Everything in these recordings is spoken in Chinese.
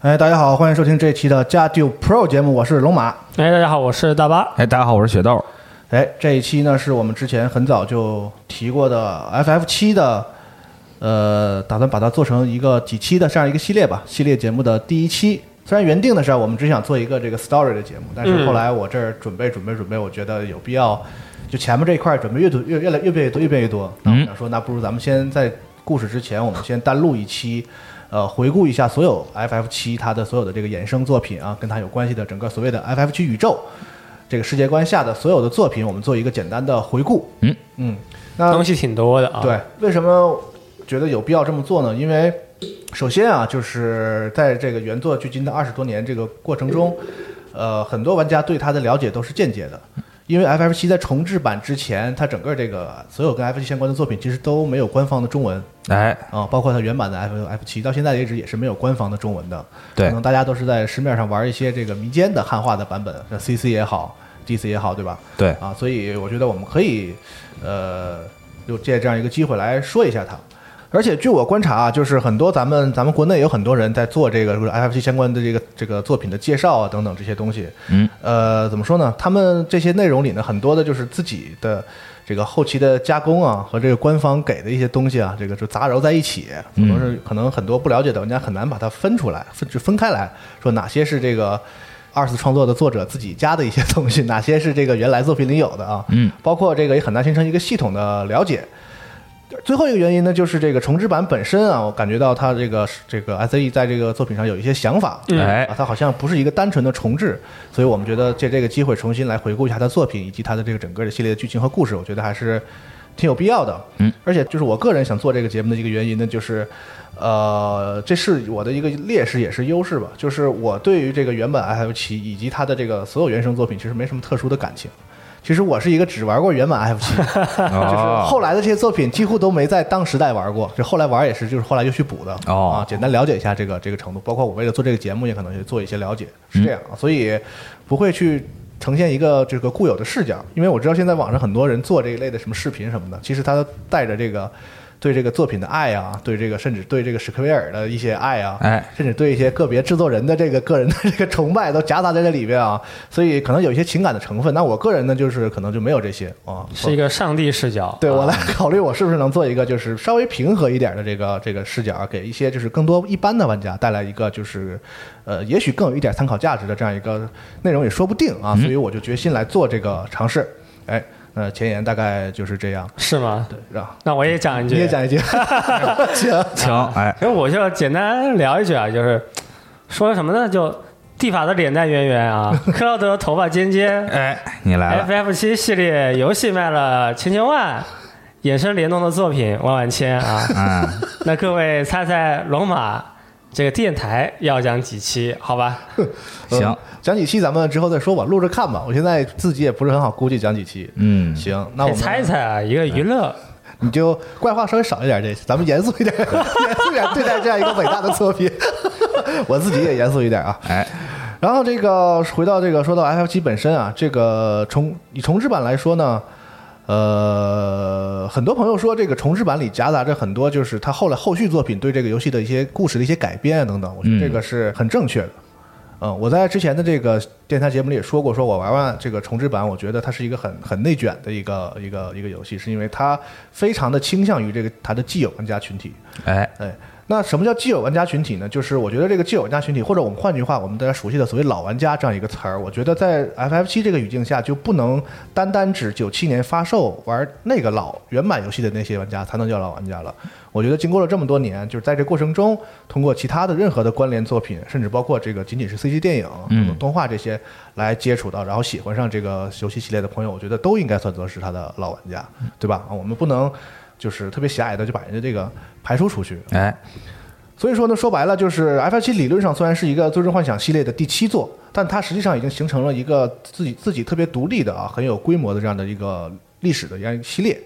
哎，大家好，欢迎收听这期的《加 o Pro》节目，我是龙马。哎，大家好，我是大巴。哎，大家好，我是雪豆。哎，这一期呢是我们之前很早就提过的 FF 七的，呃，打算把它做成一个几期的这样一个系列吧，系列节目的第一期。虽然原定的是啊我们只想做一个这个 story 的节目，但是后来我这儿准备准备准备，我觉得有必要，就前面这一块儿准备越多越越来越变越多越变越多。那我想说，那不如咱们先在故事之前，我们先单录一期。呃，回顾一下所有 FF 七它的所有的这个衍生作品啊，跟它有关系的整个所谓的 FF 七宇宙这个世界观下的所有的作品，我们做一个简单的回顾。嗯嗯，那东西挺多的啊。对，为什么觉得有必要这么做呢？因为首先啊，就是在这个原作距今的二十多年这个过程中，呃，很多玩家对它的了解都是间接的。因为 FF 七在重置版之前，它整个这个所有跟 FF 相关的作品其实都没有官方的中文，哎，啊、包括它原版的 F F 七，到现在为止也是没有官方的中文的。对可能大家都是在市面上玩一些这个民间的汉化的版本，C C 也好，D C 也好，对吧？对啊，所以我觉得我们可以，呃，就借这样一个机会来说一下它。而且据我观察啊，就是很多咱们咱们国内有很多人在做这个就是 FF 七相关的这个这个作品的介绍啊等等这些东西。嗯，呃，怎么说呢？他们这些内容里呢，很多的就是自己的这个后期的加工啊，和这个官方给的一些东西啊，这个就杂糅在一起，可能嗯是可能很多不了解的玩家很难把它分出来，分就分开来说哪些是这个。二次创作的作者自己加的一些东西，哪些是这个原来作品里有的啊？嗯，包括这个也很难形成一个系统的了解。最后一个原因呢，就是这个重置版本身啊，我感觉到它这个这个 S E 在这个作品上有一些想法，嗯哎啊，，它好像不是一个单纯的重置，所以我们觉得借这个机会重新来回顾一下它作品以及它的这个整个的系列的剧情和故事，我觉得还是挺有必要的。嗯，而且就是我个人想做这个节目的一个原因呢，就是，呃，这是我的一个劣势也是优势吧，就是我对于这个原本 F F 七以及它的这个所有原生作品其实没什么特殊的感情。其实我是一个只玩过原版 F 七， 就是啊哦后来的这些作品几乎都没在当时代玩过，就后来玩也是就是后来又去补的哦啊，简单了解一下这个这个程度，包括我为了做这个节目也可能去做一些了解，是嗯这样，所以不会去呈现一个这个固有的视角，因为我知道现在网上很多人做这一类的什么视频什么的，其实他都带着这个。对这个作品的爱啊，对这个甚至对这个史克威尔的一些爱啊，哎甚至对一些个别制作人的这个个人的 这个崇拜都夹杂在这里边啊，所以可能有一些情感的成分。那我个人呢，就是可能就没有这些啊，是一个上帝视角。对啊我来考虑，我是不是能做一个就是稍微平和一点的这个这个视角，啊给一些就是更多一般的玩家带来一个就是，呃，也许更有一点参考价值的这样一个内容也说不定啊，嗯所以我就决心来做这个尝试。哎，呃，前言大概就是这样，是吗？是吧？那我也讲一句，你也讲一句， 行，呃行，哎，其实我就简单聊一句啊，就是说什么呢？就蒂法的脸蛋圆圆 啊，克劳德头发尖尖哎，你来了， ，FF 七系列游戏卖了千千万，衍生联动的作品万万千啊。嗯， 那各位猜猜龙马这个电台要讲几期？好吧，行嗯，讲几期咱们之后再说吧，录着看吧。我现在自己也不是很好估计讲几期。嗯，行，那可我以们猜一猜啊，一个娱乐。你就怪话稍微少一点，这次咱们严肃一点， 严肃一点对待这样一个伟大的作品。 我自己也严肃一点啊。哎，然后这个回到这个说到 F 七本身啊，这个重以重置版来说呢，呃，很多朋友说这个重置版里夹杂着很多就是它后来后续作品对这个游戏的一些故事的一些改编啊等等，我觉得这个是很正确的。嗯，我在之前的这个电台节目里也说过，说我玩玩这个重置版，我觉得它是一个很很内卷的一个一个一个游戏，是因为它非常的倾向于这个它的既有玩家群体。哎，哎，那什么叫既有玩家群体呢？就是我觉得这个既有玩家群体，或者我们换句话，我们大家熟悉的所谓老玩家这样一个词儿，我觉得在 FF 七这个语境下，就不能单单指九七年发售玩那个老原版游戏的那些玩家才能叫老玩家了。我觉得经过了这么多年，就是在这过程中，通过其他的任何的关联作品，甚至包括这个仅仅是 CG 电影、嗯动画这些来接触到，然后喜欢上这个游戏系列的朋友，我觉得都应该算作是他的老玩家，对吧？啊，我们不能就是特别狭隘的就把人家这个排除出去。哎，所以说呢，说白了就是 F 七理论上虽然是一个《最终幻想》系列的第七作，但它实际上已经形成了一个自己自己特别独立的啊，很有规模的这样的一个历史的这样一个系列。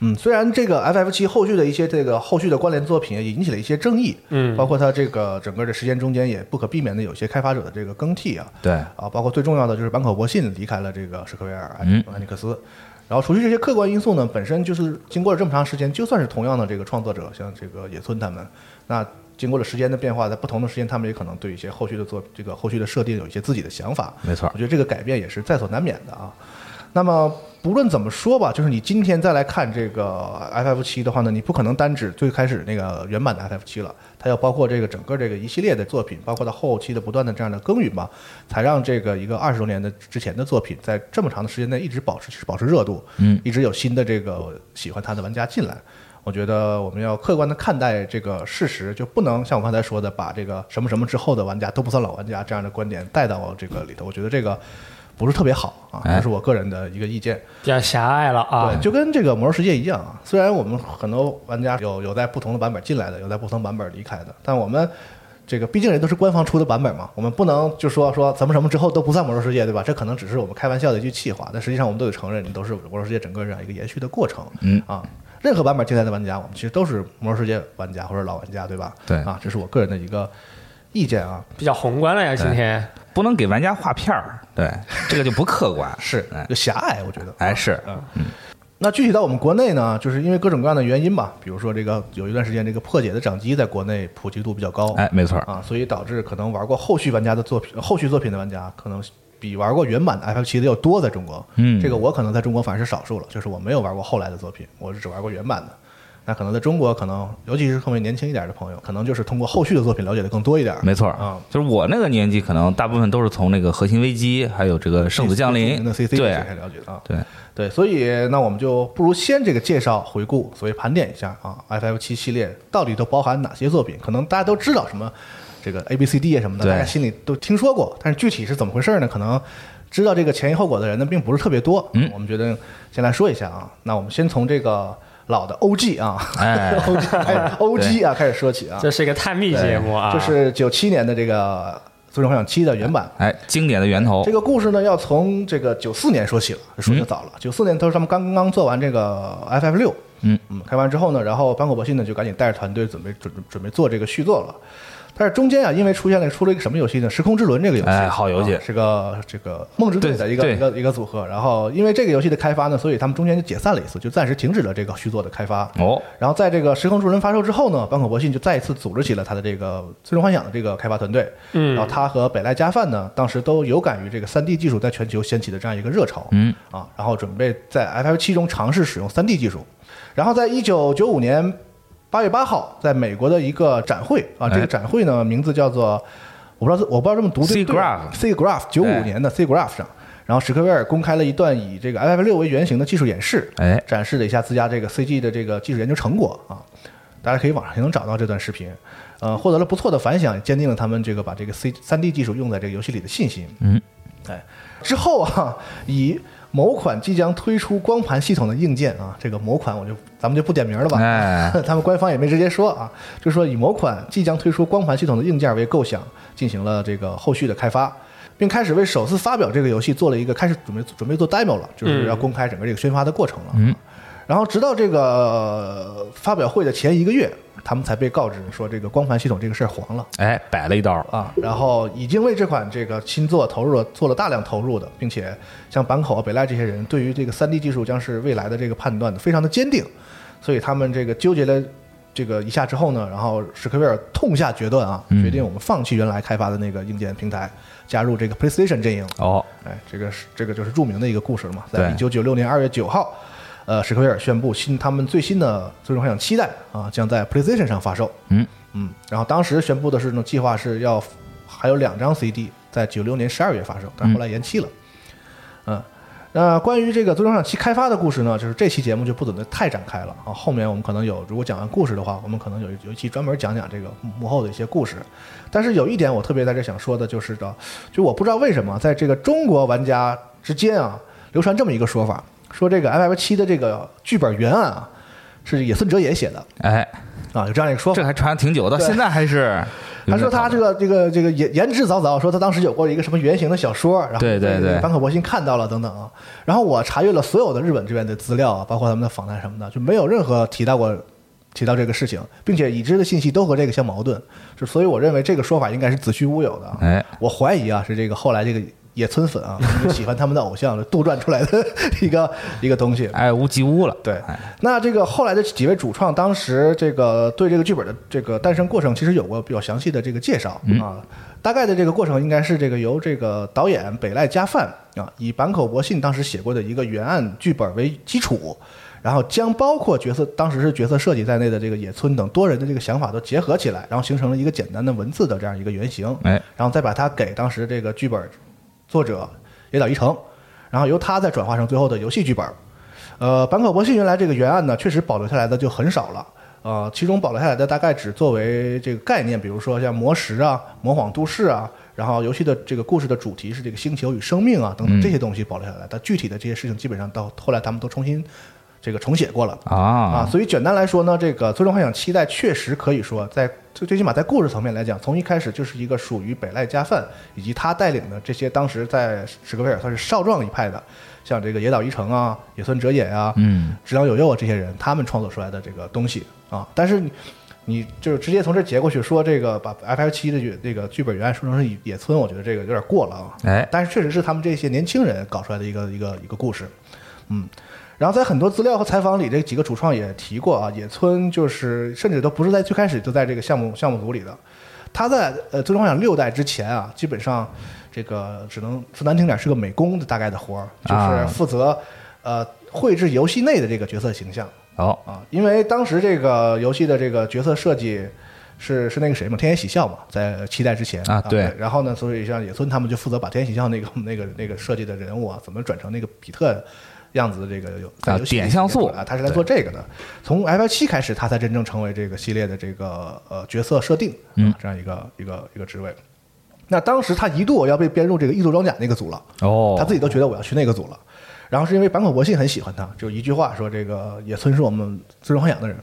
嗯虽然这个 FF 七后续的一些这个后续的关联作品也引起了一些争议，嗯包括它这个整个的时间中间也不可避免的有些开发者的这个更替啊，对，啊，包括最重要的就是坂口博信离开了这个史克威尔、安嗯安尼克斯。然后除去这些客观因素呢，本身就是经过了这么长时间，就算是同样的这个创作者，像这个野村他们，那经过了时间的变化，在不同的时间，他们也可能对一些后续的作这个后续的设定有一些自己的想法。没错我觉得这个改变也是在所难免的啊。那么不论怎么说吧，就是你今天再来看这个 FF 七的话呢，你不可能单指最开始那个原版的 FF 七了，它要包括这个整个这个一系列的作品，包括到后期的不断的这样的耕耘吧，才让这个一个二十多年的之前的作品，在这么长的时间内一直保持保持热度，嗯一直有新的这个喜欢它的玩家进来。我觉得我们要客观的看待这个事实，就不能像我刚才说的，把这个什么什么之后的玩家都不算老玩家这样的观点带到这个里头。我觉得这个不是特别好啊，哎这是我个人的一个意见。比较狭隘了啊对，，就跟这个《魔兽世界》一样啊，虽然我们很多玩家有有在不同的版本进来的，有在不同版本离开的，但我们。这个毕竟人都是官方出的版本嘛，我们不能就说说咱们什么之后都不算魔兽世界，对吧？这可能只是我们开玩笑的一句气话，但实际上我们都得承认，都是魔兽世界整个这样一个延续的过程。嗯啊，任何版本进来的玩家，我们其实都是魔兽世界玩家或者老玩家，对吧？对啊，这是我个人的一个意见啊。比较宏观了呀，今天。不能给玩家画片儿，对，这个就不客观， 是哎就狭隘，我觉得。哎是，那具体到我们国内呢，就是因为各种各样的原因吧，比如说这个有一段时间这个破解的掌机在国内普及度比较高，哎，没错，啊，所以导致可能玩过后续玩家的作品，后续作品的玩家可能比玩过原版的 FF 七的要多，在中国，嗯这个我可能在中国反而是少数了，就是我没有玩过后来的作品，我是只玩过原版的。那可能在中国，可能尤其是后面年轻一点的朋友，可能就是通过后续的作品了解的更多一点。没错啊，就是我那个年纪，可能大部分都是从那个《核心危机》还有这个《圣子降临的》，CC 对才了解的啊。对，对，所以那我们就不如先这个介绍回顾，所以盘点一下啊，FF 七系列到底都包含哪些作品？可能大家都知道什么这个 A B C D 啊什么的，对大家心里都听说过，但是具体是怎么回事呢？可能知道这个前因后果的人呢，并不是特别多。嗯我们觉得先来说一下啊，那我们先从这个老的 OG 啊 哎， ，OG 哎 OG 啊开始说起啊，这是一个探秘节目啊，对就是九七年的这个《最终幻想七》的原版。哎，经典的源头这，个故事呢，要从这个九四年说起了，说就早了。九四年的时候，他们刚刚做完这个 FF 六，嗯嗯，开完之后呢，然后坂口博信呢就赶紧带着团队准备准准备做这个续作了。但是中间啊，因为出现了出了一个什么游戏呢？《时空之轮》这个游戏，哎好游戏啊是个这个梦之队的对一个对一个一个组合。然后因为这个游戏的开发呢，所以他们中间就解散了一次，就暂时停止了这个续作的开发。哦，然后在这个《时空之轮》发售之后呢，坂口博信就再一次组织起了他的这个《最终幻想》的这个开发团队。嗯然后他和北濑加范呢，当时都有感于这个 3D 技术在全球掀起的这样一个热潮。嗯，啊，然后准备在 FF 七中尝试使用 3D 技术。然后在一九九五年八月八号，在美国的一个展会啊，这哎个展会呢名字叫做我不知道我不知道这么读对不对啊 SIGGRAPH C Graph 九哎五年的 C Graph 上，然后史克威尔公开了一段以这个 FF 六为原型的技术演示，哎，展示了一下自家这个 CG 的这个技术研究成果啊，大家可以网上也能找到这段视频，呃，获得了不错的反响，也坚定了他们这个把这个 C 三 D 技术用在这个游戏里的信心。嗯，哎，之后啊，以某款即将推出光盘系统的硬件啊，这个某款我就咱们就不点名了吧，哎 他们官方也没直接说啊，就说以某款即将推出光盘系统的硬件为构想，进行了这个后续的开发。并开始为首次发表这个游戏做了一个开始准备准备做 demo 了，就是要公开整个这个宣发的过程了。嗯，然后直到这个呃发表会的前一个月，他们才被告知说这个光盘系统这个事儿黄了哎，摆了一道，啊。然后已经为这款这个新作投入了做了大量投入的，并且像坂口、啊、北濑这些人对于这个 3D 技术将是未来的这个判断的非常的坚定，所以他们这个纠结了。这个一下之后呢，然后史克威尔痛下决断啊，嗯决定我们放弃原来开发的那个硬件平台，加入这个 PlayStation 阵营。哦，哎，这个是这个就是著名的一个故事了嘛，在一对九九六年二月九号，呃，史克威尔宣布新他们最新的《最终幻想七代》啊，将在 PlayStation 上发售。嗯嗯，然后当时宣布的是呢，计划是要还有两张 CD 在九六年十二月发售，但后来延期了。嗯，那关于这个《最终幻想七》开发的故事呢，就是这期节目就不怎么太展开了啊。后面我们可能有，如果讲完故事的话，我们可能有一有一期专门讲讲这个幕后的一些故事。但是有一点我特别在这想说的就是的，就我不知道为什么在这个中国玩家之间啊，流传这么一个说法，说这个 F F 七的这个剧本原案啊，是野村哲也写的哎，啊，有这样一个说法这。还传挺久，到对现在还是。他说他这个这个这个言言之凿凿，说他当时有过一个什么原型的小说，然后对对对坂口博信看到了等等啊。然后我查阅了所有的日本这边的资料啊，包括他们的访谈什么的，就没有任何提到过提到这个事情，并且已知的信息都和这个相矛盾，就所以我认为这个说法应该是子虚乌有的啊。哎，我怀疑啊，是这个后来这个野村粉啊，就喜欢他们的偶像杜撰出来的 一个一个东西。爱屋及乌了。对哎，那这个后来的几位主创，当时这个对这个剧本的这个诞生过程，其实有过比较详细的这个介绍、嗯啊。大概的这个过程应该是这个由这个导演北濑加范啊，以坂口博信当时写过的一个原案剧本为基础，然后将包括角色当时是角色设计在内的这个野村等多人的这个想法都结合起来，然后形成了一个简单的文字的这样一个原型。哎，然后再把它给当时这个剧本作者野岛一成，然后由他再转化成最后的游戏剧本。呃，坂口博信原来这个原案呢，确实保留下来的就很少了。呃，其中保留下来的大概只作为这个概念，比如说像魔石啊、模仿都市啊，然后游戏的这个故事的主题是这个星球与生命啊等等这些东西保留下来，但具体的这些事情基本上到后来他们都重新这个重写过了。啊，啊，所以简单来说呢，这个《最终幻想七代》确实可以说在最最起码在故事层面来讲，从一开始就是一个属于北濑加范以及他带领的这些当时在史克威尔算是少壮一派的，像这个野岛一成啊、野村哲也啊、嗯，直良有佑啊这些人，他们创作出来的这个东西啊，但是你。你就是直接从这截过去说这个把 F F 七的剧这个剧本原案说成是野村，我觉得这个有点过了啊。哎，但是确实是他们这些年轻人搞出来的一个一个一个故事，嗯。然后在很多资料和采访里，这几个主创也提过啊，野村就是甚至都不是在最开始就在这个项目项目组里的，他在呃《最终幻想六代》之前啊，基本上这个只能说难听点是个美工的大概的活儿，就是啊负责呃绘制游戏内的这个角色形象哦，啊，因为当时这个游戏的这个角色设计是是那个谁嘛，天野喜孝嘛，在七代之前啊对然后呢，所以像野村他们就负责把天野喜孝那个那个那个设计的人物啊，怎么转成那个比特样子的这个有在啊游戏里点像素啊，他是来做这个的。从 F 七开始，他才真正成为这个系列的这个呃角色设定啊嗯这样一个一个一个职位。那当时他一度要被编入这个异度装甲那个组了，哦他自己都觉得我要去那个组了。然后是因为坂口博信很喜欢他，就一句话说这个野村是我们最终幻想的人，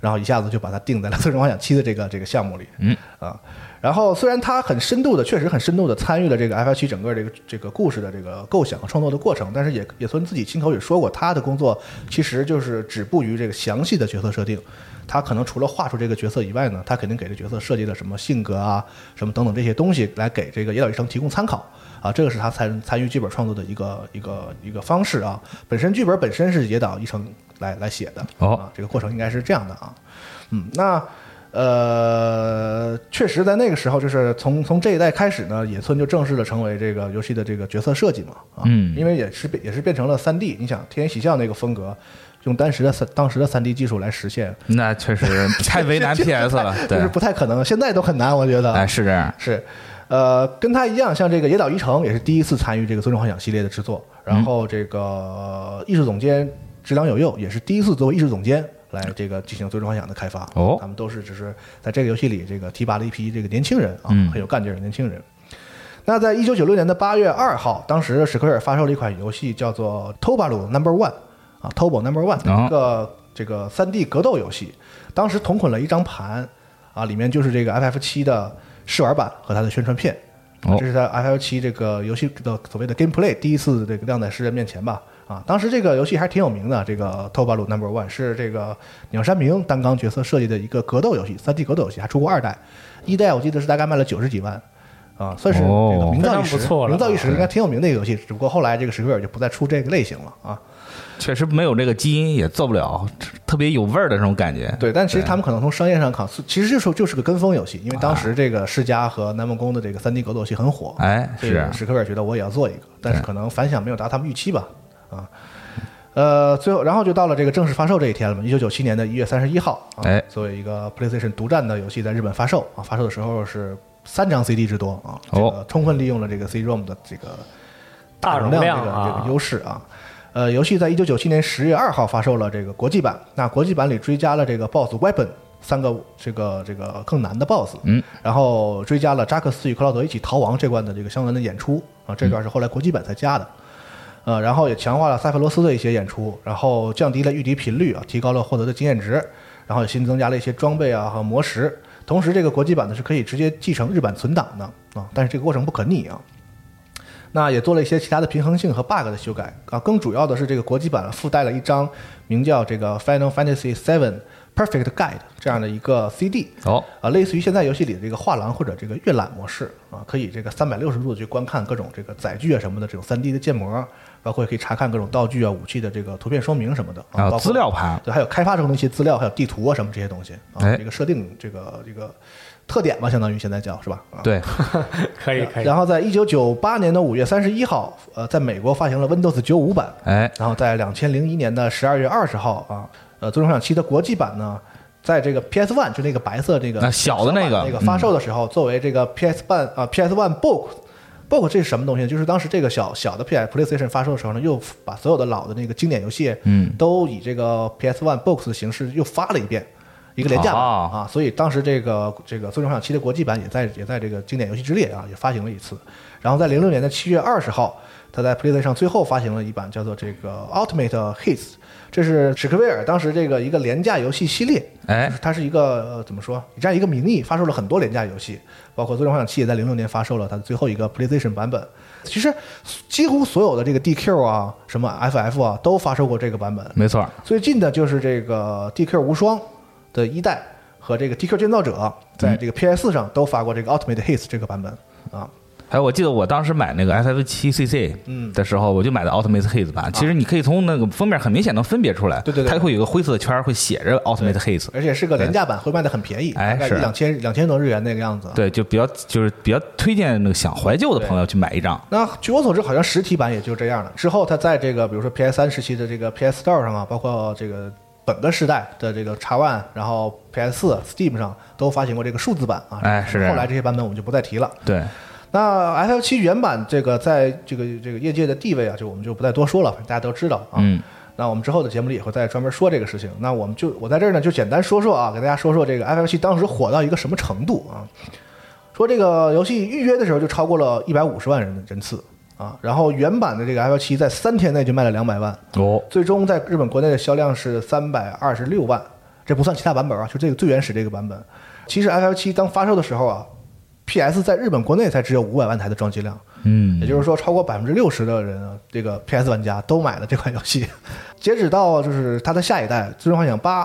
然后一下子就把他定在了最终幻想七的这个这个项目里。嗯啊，然后虽然他很深度的，确实很深度的参与了这个 F 七整个这个这个故事的这个构想和创作的过程，但是也野村自己亲口也说过，他的工作其实就是止步于这个详细的角色设定。他可能除了画出这个角色以外呢，他肯定给这角色设计了什么性格啊、什么等等这些东西，来给这个野岛医生提供参考啊。这个是他参参与剧本创作的一个一个一个方式啊。本身剧本本身是野岛医生来来写的哦啊，这个过程应该是这样的啊。嗯，那呃，确实在那个时候，就是从从这一代开始呢，野村就正式的成为这个游戏的这个角色设计嘛，啊，嗯因为也是变也是变成了三 D，你想天元喜孝那个风格，用当时的三当时的三 D 技术来实现，那确实太 为难 PS 了，就对是，不太可能，现在都很难，我觉得，哎，是这样，是，呃，跟他一样，像这个野岛一成也是第一次参与这个《最终幻想》系列的制作，嗯然后这个、呃艺术总监直良有佑也是第一次作为艺术总监来这个进行《最终幻想》的开发。哦他们都是只是在这个游戏里这个提拔了一批这个年轻人啊，嗯很有干劲儿的年轻人。那在一九九六年的八月二号，当时史克尔发售了一款游戏，叫做《Tobalu Number One》啊，《Tobo Number One》哦一个这个三 D 格斗游戏。当时同捆了一张盘啊，里面就是这个 FF 七的试玩版和它的宣传片。啊哦这是在 FF 七这个游戏的所谓的 gameplay 第一次这个亮在世人面前吧。啊，当时这个游戏还挺有名的，这个《Tobalu Number One》是这个鸟山明担纲角色设计的一个格斗游戏，三 D 格斗游戏，还出过二代，一代我记得是大概卖了九十几万，啊，算是这个哦名噪一时，非常不错了啊名噪一时应该挺有名的一个游戏，只不过后来这个史克尔就不再出这个类型了啊。确实没有这个基因也做不了特别有味儿的这种感觉。对，但其实他们可能从商业上看，其实就是就是个跟风游戏，因为当时这个世嘉和南梦宫的这个三 D 格斗游戏很火，啊哎所以是史克尔觉得我也要做一个，但是对可能反响没有达他们预期吧，啊。呃，最后，然后就到了这个正式发售这一天了嘛，一九九七年的一月三十一号，啊、哎作为一个 PlayStation 独占的游戏在日本发售啊，发售的时候是三张 CD 之多啊，这哦个充分利用了这个 CD-ROM 的这个大容容量这量个、啊这个优势啊。呃，游戏在一九九七年十月二号发售了这个国际版，那国际版里追加了这个 BOSS Weapon 三个这个这个更难的 BOSS，嗯，然后追加了扎克斯与克劳德一起逃亡这关的这个相关的演出啊，这段是后来国际版才加的。呃，然后也强化了塞弗罗斯的一些演出，然后降低了御敌频率啊，提高了获得的经验值，然后也新增加了一些装备啊和魔石。同时，这个国际版呢是可以直接继承日版存档的啊，但是这个过程不可逆啊。那也做了一些其他的平衡性和 bug 的修改啊，更主要的是这个国际版附带了一张名叫这个 Final Fantasy VII Perfect Guide 这样的一个 CD 哦，啊，类似于现在游戏里的这个画廊或者这个阅览模式啊，可以这个三百六十度的去观看各种这个载具啊什么的这种三 D 的建模，包括也可以查看各种道具啊、武器的这个图片说明什么的啊还包有括啊资料盘，对，还有开发中的一些资料，还有地图啊什么这些东西啊，哎这个设定这个这个特点吧，相当于现在叫是吧？啊， 对，可以可以然。后在一九九八年的五月三十一号，呃，在美国发行了 Windows 九五版，哎，然后在两千零一年的十二月二十号啊，呃，最终幻想七的国际版呢，在这个 PS One 就那个白色这个啊小的那个嗯版那个发售的时候，作为这个 PS One 啊 PS One Book。Book 这是什么东西？就是当时这个小小的 P S PlayStation 发售的时候呢，又把所有的老的那个经典游戏，嗯都以这个 PS One Box 的形式又发了一遍，一个廉价版、哦啊，所以当时这个这个《最终幻想七》的国际版也在也在这个经典游戏之列啊，也发行了一次。然后在零六年的七月二十号，他在 PlayStation 上最后发行了一版叫做这个 Ultimate Hits，这是史克威尔当时这个一个廉价游戏系列，哎就是它是一个、呃怎么说，以这样一个名义发售了很多廉价游戏，包括《最终幻想七》也在零六年发售了它的最后一个 PlayStation 版本。其实几乎所有的这个 DQ 啊，什么 FF 啊，都发售过这个版本。没错，最近的就是这个 DQ 无双的一代和这个 DQ 建造嗯者，在这个 PS 上都发过这个 Ultimate Hits 这个版本啊。还有，哎我记得我当时买那个 FF 七 CC 嗯啊的时候，我就买的 Ultimate Hits 版。其实你可以从那个封面很明显能分别出来，对对对它会有个灰色的圈儿会写着 Ultimate Hits，而且是个廉价版，会卖的很便宜，哎大概一是两千两千多日元那个样子。，对，就比较就是比较推荐那个想怀旧的朋友去买一张。那据我所知，好像实体版也就这样了。之后它在这个比如说 PS 三时期的这个 PS Store 上啊，包括这个本个时代的这个 X One，然后 PS 四、Steam 上都发行过这个数字版啊。哎是这样后来这些版本我们就不再提了。对，那 F F 七原版这个在这个这个业界的地位啊，就我们就不再多说了，反正大家都知道啊。嗯，那我们之后的节目里也会再专门说这个事情。那我们就我在这儿呢，就简单说说啊，给大家说说这个 F F 七当时火到一个什么程度啊。说这个游戏预约的时候就超过了一百五十万人人次啊，然后原版的这个 F 七在三天内就卖了两百万，哦，最终在日本国内的销量是三百二十六万，这不算其他版本啊，就这个最原始这个版本。其实 F 七当发售的时候啊，PS 在日本国内才只有五百万台的装机量，嗯，也就是说，超过百分之六十的人啊，这个 PS 玩家都买了这款游戏。截止到就是它的下一代《最终幻想八》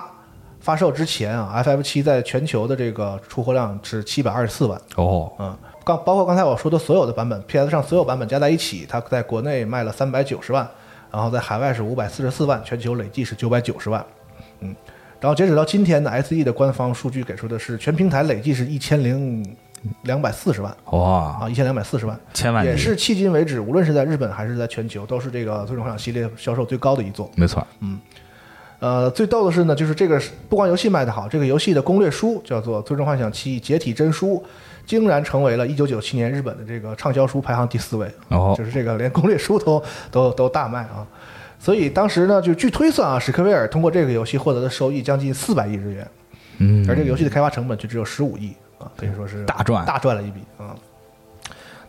发售之前啊，FF 七在全球的这个出货量是七百二十四万。哦，嗯，刚包括刚才我说的所有的版本，PS 上所有版本加在一起，它在国内卖了三百九十万，然后在海外是五百四十四万，全球累计是九百九十万。嗯，然后截止到今天呢，SE 的官方数据给出的是全平台累计是一千零两百四十万哇，啊，一千两百四十万。千万也级是迄今为止，无论是在日本还是在全球，都是这个《最终幻想》系列销售最高的一座。没错，呃，最逗的是呢，就是这个是不光游戏卖得好，这个游戏的攻略书叫做《最终幻想七解体真书》，竟然成为了一九九七年日本的这个畅销书排行第四位，哦就是这个连攻略书都都都大卖啊。所以当时呢，就据推算啊，史克威尔通过这个游戏获得的收益将近四百亿日元，嗯，而这个游戏的开发成本就只有十五亿啊，可以说是大赚大赚了一笔啊。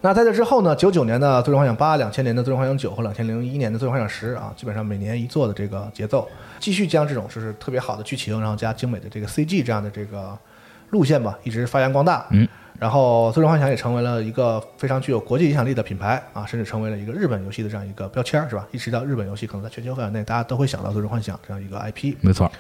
那在这之后呢？九九年的《最终幻想八》，两千年的《最终幻想九》和两千零一年的《最终幻想十》啊，基本上每年一做的这个节奏，继续将这种就是特别好的剧情，然后加精美的这个 CG 这样的这个路线吧，一直发扬光大。嗯，然后《最终幻想》也成为了一个非常具有国际影响力的品牌啊，甚至成为了一个日本游戏的这样一个标签儿，是吧？一直到日本游戏可能在全球范围内，大家都会想到《最终幻想》这样一个 IP。没错，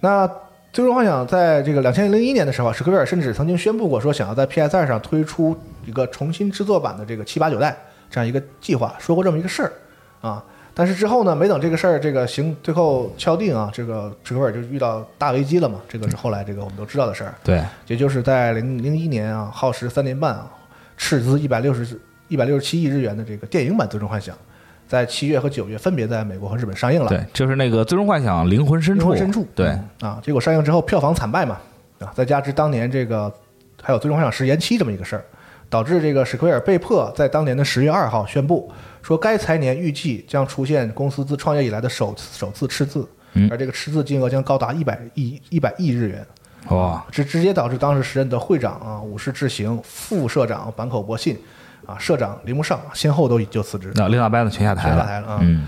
那《最终幻想》在这个两千零一年的时候，史克威尔甚至曾经宣布过说，想要在 PS 二上推出一个重新制作版的这个七八九代这样一个计划，说过这么一个事儿啊。但是之后呢，没等这个事儿这个行最后敲定啊，这个史克威尔就遇到大危机了嘛。这个是后来这个我们都知道的事儿。对，也就是在零零一年啊，耗时三年半啊，斥资一百六十一百六十七亿日元的这个电影版《最终幻想》，在七月和九月分别在美国和日本上映了。对，就是那个《最终幻想：灵魂深灵处》，魂深处对，啊，结果上映之后票房惨败嘛，啊，再加之当年这个还有《最终幻想十》延期这么一个事儿，导致这个史奎尔被迫在当年的十月二号宣布说，该财年预计将出现公司自创业以来的首首次赤字嗯，而这个赤字金额将高达一百亿一百亿日元，哇，直直接导致当时时任的会长啊武士智行、副社长坂口博信啊、社长铃木尚先后都已就辞职。那领导班子全下台全下了，台了啊嗯，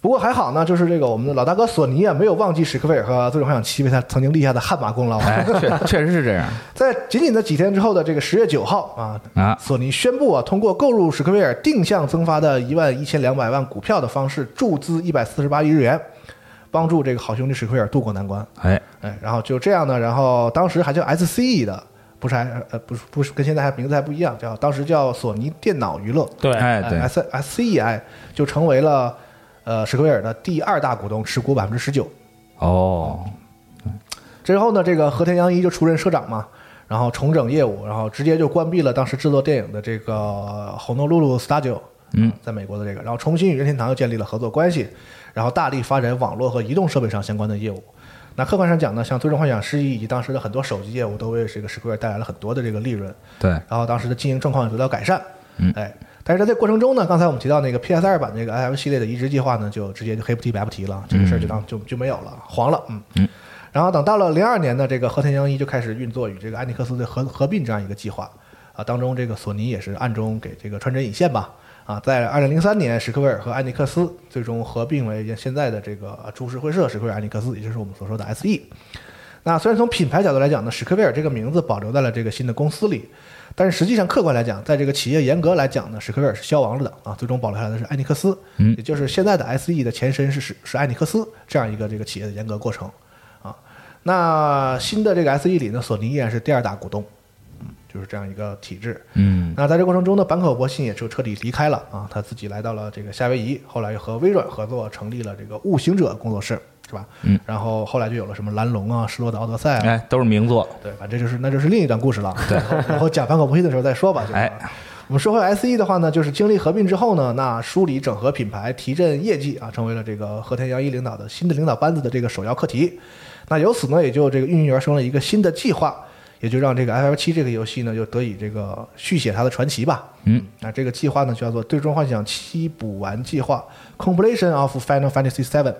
不过还好呢，就是这个我们的老大哥索尼啊，没有忘记史克威尔和《最终幻想七》为他曾经立下的汗马功劳啊。哎，确 确实是这样在仅仅的几天之后的这个十月九号啊，啊，索尼宣布啊，通过购入史克威尔定向增发的一万一千两百万股票的方式，注资一百四十八亿日元，帮助这个好兄弟史克威尔渡过难关。哎，哎，然后就这样呢，然后当时还叫 SCE 的，不是还呃不是不是跟现在还名字还不一样，叫当时叫索尼电脑娱乐，对，哎，对， S SCEI 就成为了呃史克威尔的第二大股东，持股百分之十九。哦，之后呢，这个和田洋一就出任社长嘛，然后重整业务，然后直接就关闭了当时制作电影的这个呃 Honolulu Studio，嗯，啊在美国的这个，然后重新与任天堂又建立了合作关系，然后大力发展网络和移动设备上相关的业务。那客观上讲呢，像《最终幻想十一》以及当时的很多手机业务都为这个史克威尔带来了很多的这个利润，对，然后当时的经营状况也得到改善。哎嗯，哎，但是在这过程中呢，刚才我们提到那个 PS 二版那个 IF 系列的移植计划呢，就直接就黑不提白不提了，这个事儿就当就就没有了，黄了，嗯。然后等到了零二年呢，这个和田洋一就开始运作与这个安尼克斯的合合并这样一个计划啊，当中这个索尼也是暗中给这个穿针引线吧。啊，在二零零三年，史克威尔和安尼克斯最终合并为现在的这个株式会社史克威尔安尼克斯，也就是我们所说的 SE。那虽然从品牌角度来讲呢，史克威尔这个名字保留在了这个新的公司里，但是实际上客观来讲，在这个企业严格来讲呢，史克威尔是消亡了的啊，最终保留下来的是艾尼克斯，嗯也就是现在的 SE 的前身是是是艾尼克斯这样一个这个企业的严格过程啊。那新的这个 SE 里呢，索尼依然是第二大股东，嗯，就是这样一个体制。嗯，那在这过程中呢，坂口博信也就彻底离开了啊，他自己来到了这个夏威夷，后来又和微软合作成立了这个悟行者工作室，是吧？嗯，然后后来就有了什么蓝龙啊、失落的奥德赛啊，哎，都是名作，对，反正就是那就是另一段故事了。 对，然后讲坂口博信的时候再说吧。就是哎我们说回 S E 的话呢，就是经历合并之后呢，那梳理整合品牌、提振业绩啊，成为了这个和田洋一领导的新的领导班子的这个首要课题。那由此呢，也就这个孕育而生了一个新的计划，也就让这个 F F 七这个游戏呢，又得以这个续写它的传奇吧。嗯，那这个计划呢，叫做《最终幻想七补完计划 （Completion of Final Fantasy VII）。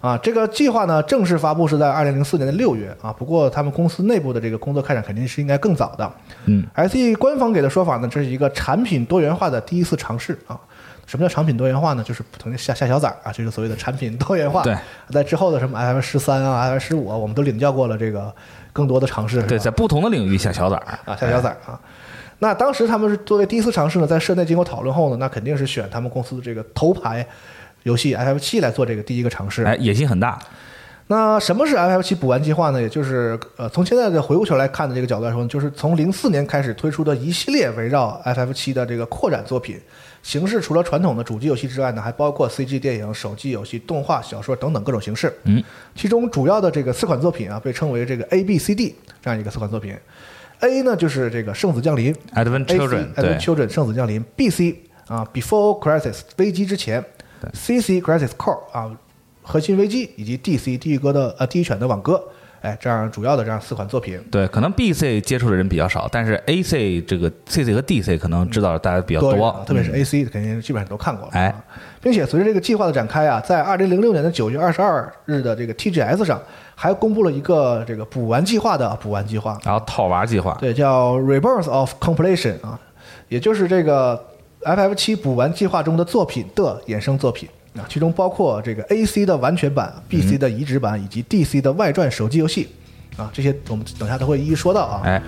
啊，这个计划呢正式发布是在二零零四年的六月啊，不过他们公司内部的这个工作开展肯定是应该更早的。嗯，SE 官方给的说法呢，这是一个产品多元化的第一次尝试啊。什么叫产品多元化呢？就是曾经下下小崽儿啊，这就是所谓的产品多元化。对，在之后的什么 iPhone 十三啊、iPhone 十五啊，我们都领教过了这个更多的尝试。是吧对，在不同的领域下小崽儿啊，下小崽儿啊。那当时他们是作为第一次尝试呢，在社内经过讨论后呢，那肯定是选他们公司的这个头牌游戏 FF 七来做这个第一个尝试。哎，野心很大，那什么是 FF 七补完计划呢？也就是呃，从现在的回过头来看的这个角度来说呢，就是从零四年开始推出的一系列围绕 FF 七的这个扩展作品，形式除了传统的主机游戏之外呢，还包括 CG 电影、手机游戏、动画、小说等等各种形式。嗯，其中主要的这个四款作品啊，被称为这个 A、B、C、D 这样一个四款作品。A 呢就是这个《圣子降临》 Advent A C Children， Advent 对 Children 圣子降临，B C 啊 Before Crisis 危机之前，C C Crisis Core 啊核心危机以及 D C 地狱哥的呃地狱犬的网歌，哎，这样主要的这样四款作品对，可能 B、C 接触的人比较少，但是 A、C 这个 C、C 和 D、C 可能知道的大家比较多多，人啊特别是嗯 A C 肯定基本上都看过了，哎啊，并且随着这个计划的展开啊，在二零零六年的九月二十二日的这个 T G S 上还公布了一个这个补完计划的啊补完计划，然后套娃计划，对，叫 Rebirth of Completion 啊，也就是这个 FF 七补完计划中的作品的衍生作品啊，其中包括这个 AC 的完全版、BC 的移植版以及 DC 的外传手机游戏啊，这些我们等下都会一一说到啊。哎，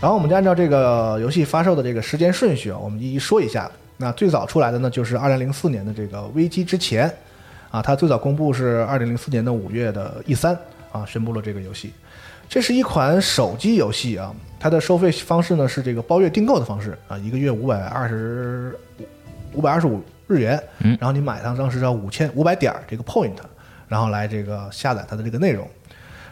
然后我们就按照这个游戏发售的这个时间顺序啊，我们一一说一下。那最早出来的呢，就是二零零四年的这个《危机之前》，啊，它最早公布是二零零四年的五月的 E 三啊，宣布了这个游戏。这是一款手机游戏啊，它的收费方式呢是这个包月订购的方式啊，一个月五百二十五百二十五日元，然后你买它当时要五千五百点儿这个 point，然后来这个下载它的这个内容。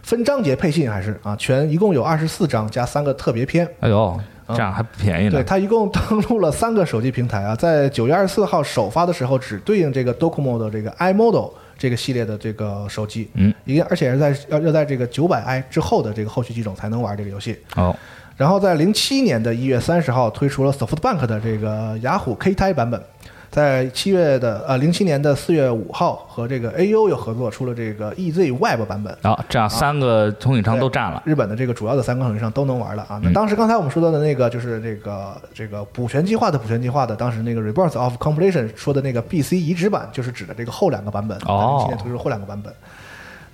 分章节配信还是啊，全一共有二十四章加三个特别篇，哎呦，这样还不便宜嗯对，呢，它一共登录了三个手机平台啊，在九月二十四号首发的时候，只对应这个 Docomo 的这个 iModel 这个系列的这个手机，嗯，一个而且是在要要在这个九百 i 之后的这个后续机种才能玩这个游戏。哦，然后在零七年的一月三十号推出了 SoftBank 的这个雅虎 K 台版本，在七月的呃零七年的四月五号和这个 AU 又合作出了这个 EZ Web 版本。然后这样三个通信商都占了，嗯日本的这个主要的三个手机上都能玩了啊。那当时刚才我们说到的那个就是这个这个补全计划的补全计划的，当时那个 Rebirth of Completion 说的那个 BC 移植版，就是指的这个后两个版本，啊哦今年推出后两个版本。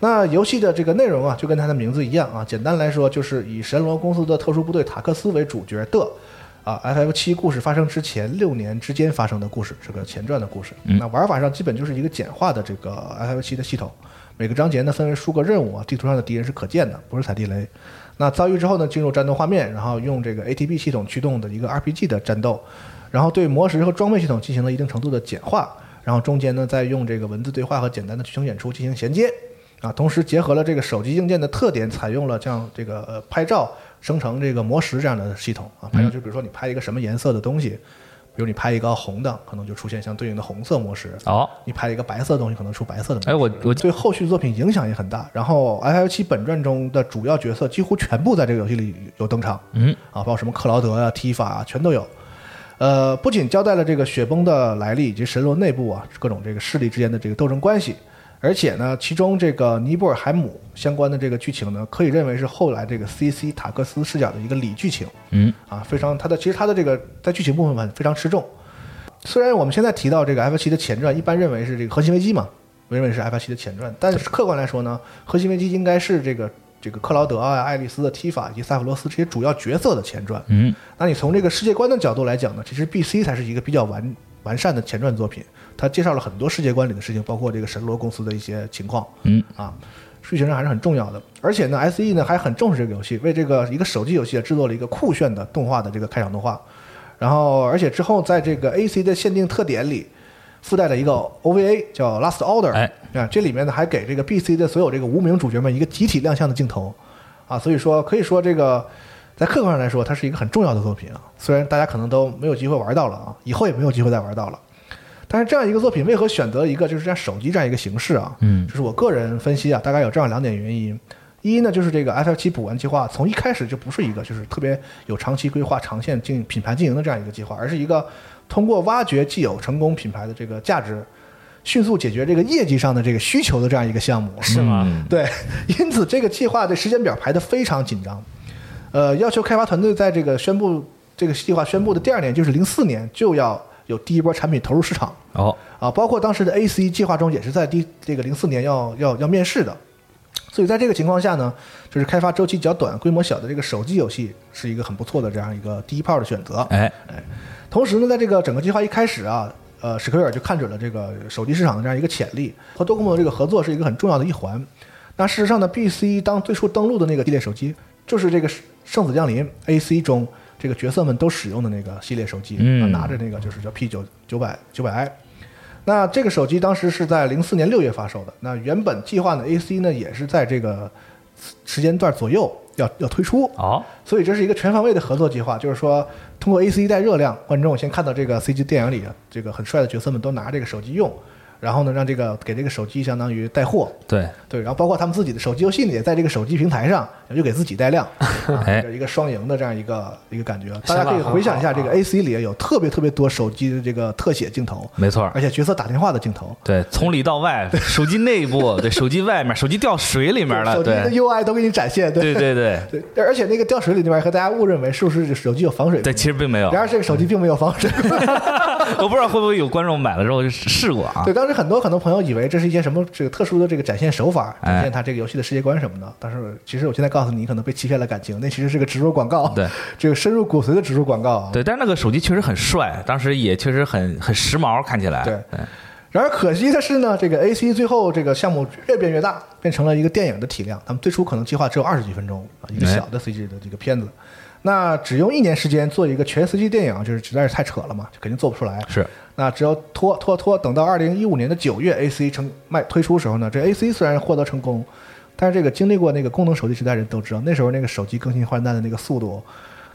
那游戏的这个内容啊，就跟它的名字一样啊，简单来说就是以神罗公司的特殊部队塔克斯为主角的。啊，FF 七故事发生之前六年之间发生的故事，是个前传的故事。那玩法上基本就是一个简化的这个 FF 七的系统，每个章节呢分为数个任务啊，地图上的敌人是可见的，不是踩地雷。那遭遇之后呢，进入战斗画面，然后用这个 ATB 系统驱动的一个 RPG 的战斗，然后对魔石和装备系统进行了一定程度的简化，然后中间呢再用这个文字对话和简单的剧情演出进行衔接。啊，同时结合了这个手机硬件的特点，采用了像这个呃拍照生成这个模石这样的系统啊。拍照就比如说你拍一个什么颜色的东西，比如你拍一个红的，可能就出现相对应的红色模石；哦，你拍一个白色的东西，可能出白色的模石。哎，我我对后续作品影响也很大。然后 F F 七本传中的主要角色几乎全部在这个游戏里有登场，嗯啊，包括什么克劳德啊、提法啊，全都有。呃，不仅交代了这个雪崩的来历以及神罗内部啊各种这个势力之间的这个斗争关系，而且呢，其中这个尼泊尔海姆相关的这个剧情呢，可以认为是后来这个 C C 塔克斯视角的一个里剧情。嗯，啊，非常它的其实它的这个在剧情部分吧非常吃重。虽然我们现在提到这个 F 七的前传，一般认为是这个《核心危机》嘛，认为是 F 七的前传，但是客观来说呢，《核心危机》应该是这个这个克劳德啊、爱丽丝的提法以及塞弗罗斯这些主要角色的前传。嗯，那你从这个世界观的角度来讲呢，其实 B C 才是一个比较完完善的前传作品，它介绍了很多世界观里的事情，包括这个神罗公司的一些情况。嗯啊，剧情上还是很重要的。而且呢，S E 呢还很重视这个游戏，为这个一个手机游戏啊制作了一个酷炫的动画的这个开场动画。然后，而且之后在这个 A C 的限定特点里，附带了一个 O V A 叫 Last Order，哎啊，这里面呢还给这个 B C 的所有这个无名主角们一个集体亮相的镜头。啊，所以说可以说这个在客观上来说，它是一个很重要的作品啊。虽然大家可能都没有机会玩到了啊，以后也没有机会再玩到了，但是这样一个作品为何选择一个就是像手机这样一个形式啊？嗯就是我个人分析啊，大概有这样两点原因。一呢，就是这个 F F 七补完计划从一开始就不是一个就是特别有长期规划、长线经品牌经营的这样一个计划，而是一个通过挖掘既有成功品牌的这个价值，迅速解决这个业绩上的这个需求的这样一个项目。是吗？嗯对，因此这个计划的时间表排得非常紧张，呃，要求开发团队在这个宣布这个计划宣布的第二年，就是零四年就要有第一波产品投入市场。哦，啊，包括当时的 A C 计划中也是在第这个零四年要要要面世的，所以在这个情况下呢，就是开发周期较短、规模小的这个手机游戏是一个很不错的这样一个第一炮的选择。哎，同时呢，在这个整个计划一开始啊，呃，史克威尔就看准了这个手机市场的这样一个潜力，和多库莫这个合作是一个很重要的一环。那事实上呢，BC 当最初登陆的那个系列手机，就是这个《圣子降临》AC 中这个角色们都使用的那个系列手机，嗯啊拿着那个就是叫 P 九九百九百 I。那这个手机当时是在零四年六月发售的，那原本计划呢，AC 呢也是在这个时间段左右要要推出。哦，所以这是一个全方位的合作计划，就是说通过 AC 带热量，观众先看到这个 CG 电影里这个很帅的角色们都拿这个手机用，然后呢让这个给这个手机相当于带货，对，对，然后包括他们自己的手机游戏呢也在这个手机平台上，就给自己带量，啊哎啊这一个双赢的这样一个一个感觉。是大吧家可以回想一下，很好这个 AC 里有特别特别多手机的这个特写镜头，没错儿而，且角色打电话的镜头。对，从里到 外，手机内部，对，手机外面，手机掉水里面了，手机的对， UI 都给你展现，对对对对，对对，而且那个掉水里那边和大家误认为是不是手机有防水功能？对，其实并没有然，而这个手机并没有防水 功能。我不知道会不会有观众买了之后试过啊对，，当时很多很多朋友以为这是一些什么这个特殊的这个展现手法，哎展现他这个游戏的世界观什么的。但是其实我现在告诉你，你可能被欺骗了感情，那其实是个植入广告，对， 这个深入骨髓的植入广告啊。对，但是那个手机确实很帅，当时也确实很很时髦，看起来，哎对然而可惜的是呢，这个 A C 最后这个项目越变越大，变成了一个电影的体量。他们最初可能计划只有二十几分钟啊，一个哎小的 C G 的这个片子。那只用一年时间做一个全 CG 电影，就是实在是太扯了嘛，就肯定做不出来。是，那只要拖拖拖，等到二零一五年的九月，AC 成卖推出时候呢，这 AC 虽然获得成功，但是这个经历过那个功能手机时代的人都知道，那时候那个手机更新换代的那个速度，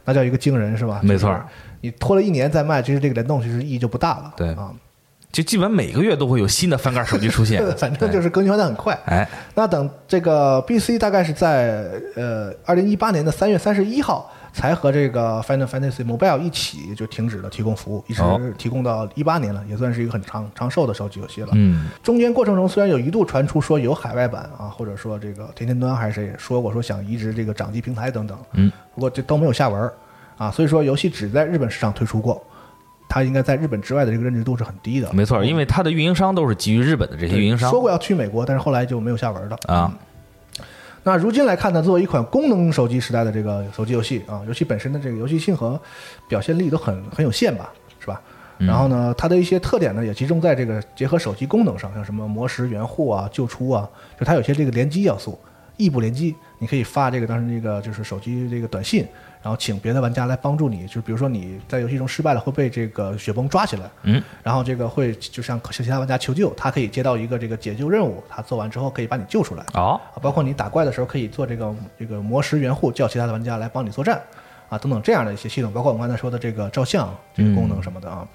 那叫一个惊人，是吧？没错就是你拖了一年再卖，其实这个联动其实意义就不大了。对啊，，就基本每个月都会有新的翻盖手机出现 反正就是更新换代很快。哎，那等这个 BC 大概是在呃二零一八年的三月三十一号才和这个 Final Fantasy Mobile 一起就停止了提供服务，一直哦提供到一八年了，也算是一个很长长寿的手机游戏了。嗯，中间过程中，虽然有一度传出说有海外版啊，或者说这个甜甜端还是谁说过说想移植这个掌机平台等等，嗯，不过这都没有下文儿啊，所以说游戏只在日本市场推出过，它应该在日本之外的这个认知度是很低的。没错，因为它的运营商都是基于日本的这些对运营商说过要去美国，但是后来就没有下文了。嗯啊，那如今来看呢，作为一款功能手机时代的这个手机游戏啊，游戏本身的这个游戏性和表现力都很很有限吧，是吧？然后呢，它的一些特点呢，也集中在这个结合手机功能上，像什么模石援护啊、救出啊，就它有些这个联机要素，异步联机，你可以发这个当时那个就是手机这个短信，然后请别的玩家来帮助你，就是比如说你在游戏中失败了，会被这个雪崩抓起来，嗯，然后这个会就向向其他玩家求救，他可以接到一个这个解救任务，他做完之后可以把你救出来，哦，啊，包括你打怪的时候可以做这个这个魔石援护，叫其他的玩家来帮你作战啊，等等这样的一些系统，包括我们刚才说的这个照相这个功能什么的啊。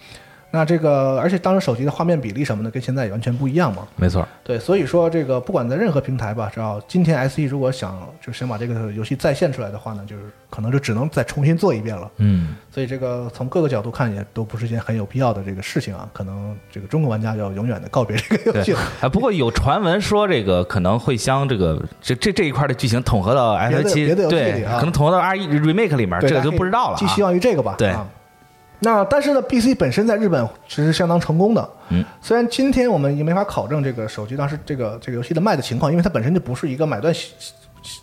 那这个，而且当时手机的画面比例什么的跟现在也完全不一样嘛。没错，对，所以说这个不管在任何平台吧，只要今天 S E 如果想就是想把这个游戏再现出来的话呢，就是可能就只能再重新做一遍了。嗯，所以这个从各个角度看也都不是件很有必要的这个事情啊。可能这个中国玩家要永远的告别这个游戏对了。，哎，不过有传闻说这个可能会将这个这这这一块的剧情统合到 F 七，别的游戏对里啊，可能统合到 R 一 remake 里面，对这个大家就可以不知道了寄希啊。望于这个吧。对啊那但是呢，BC 本身在日本其实是相当成功的。嗯，虽然今天我们也没法考证这个手机当时这个这个游戏的卖的情况，因为它本身就不是一个买断形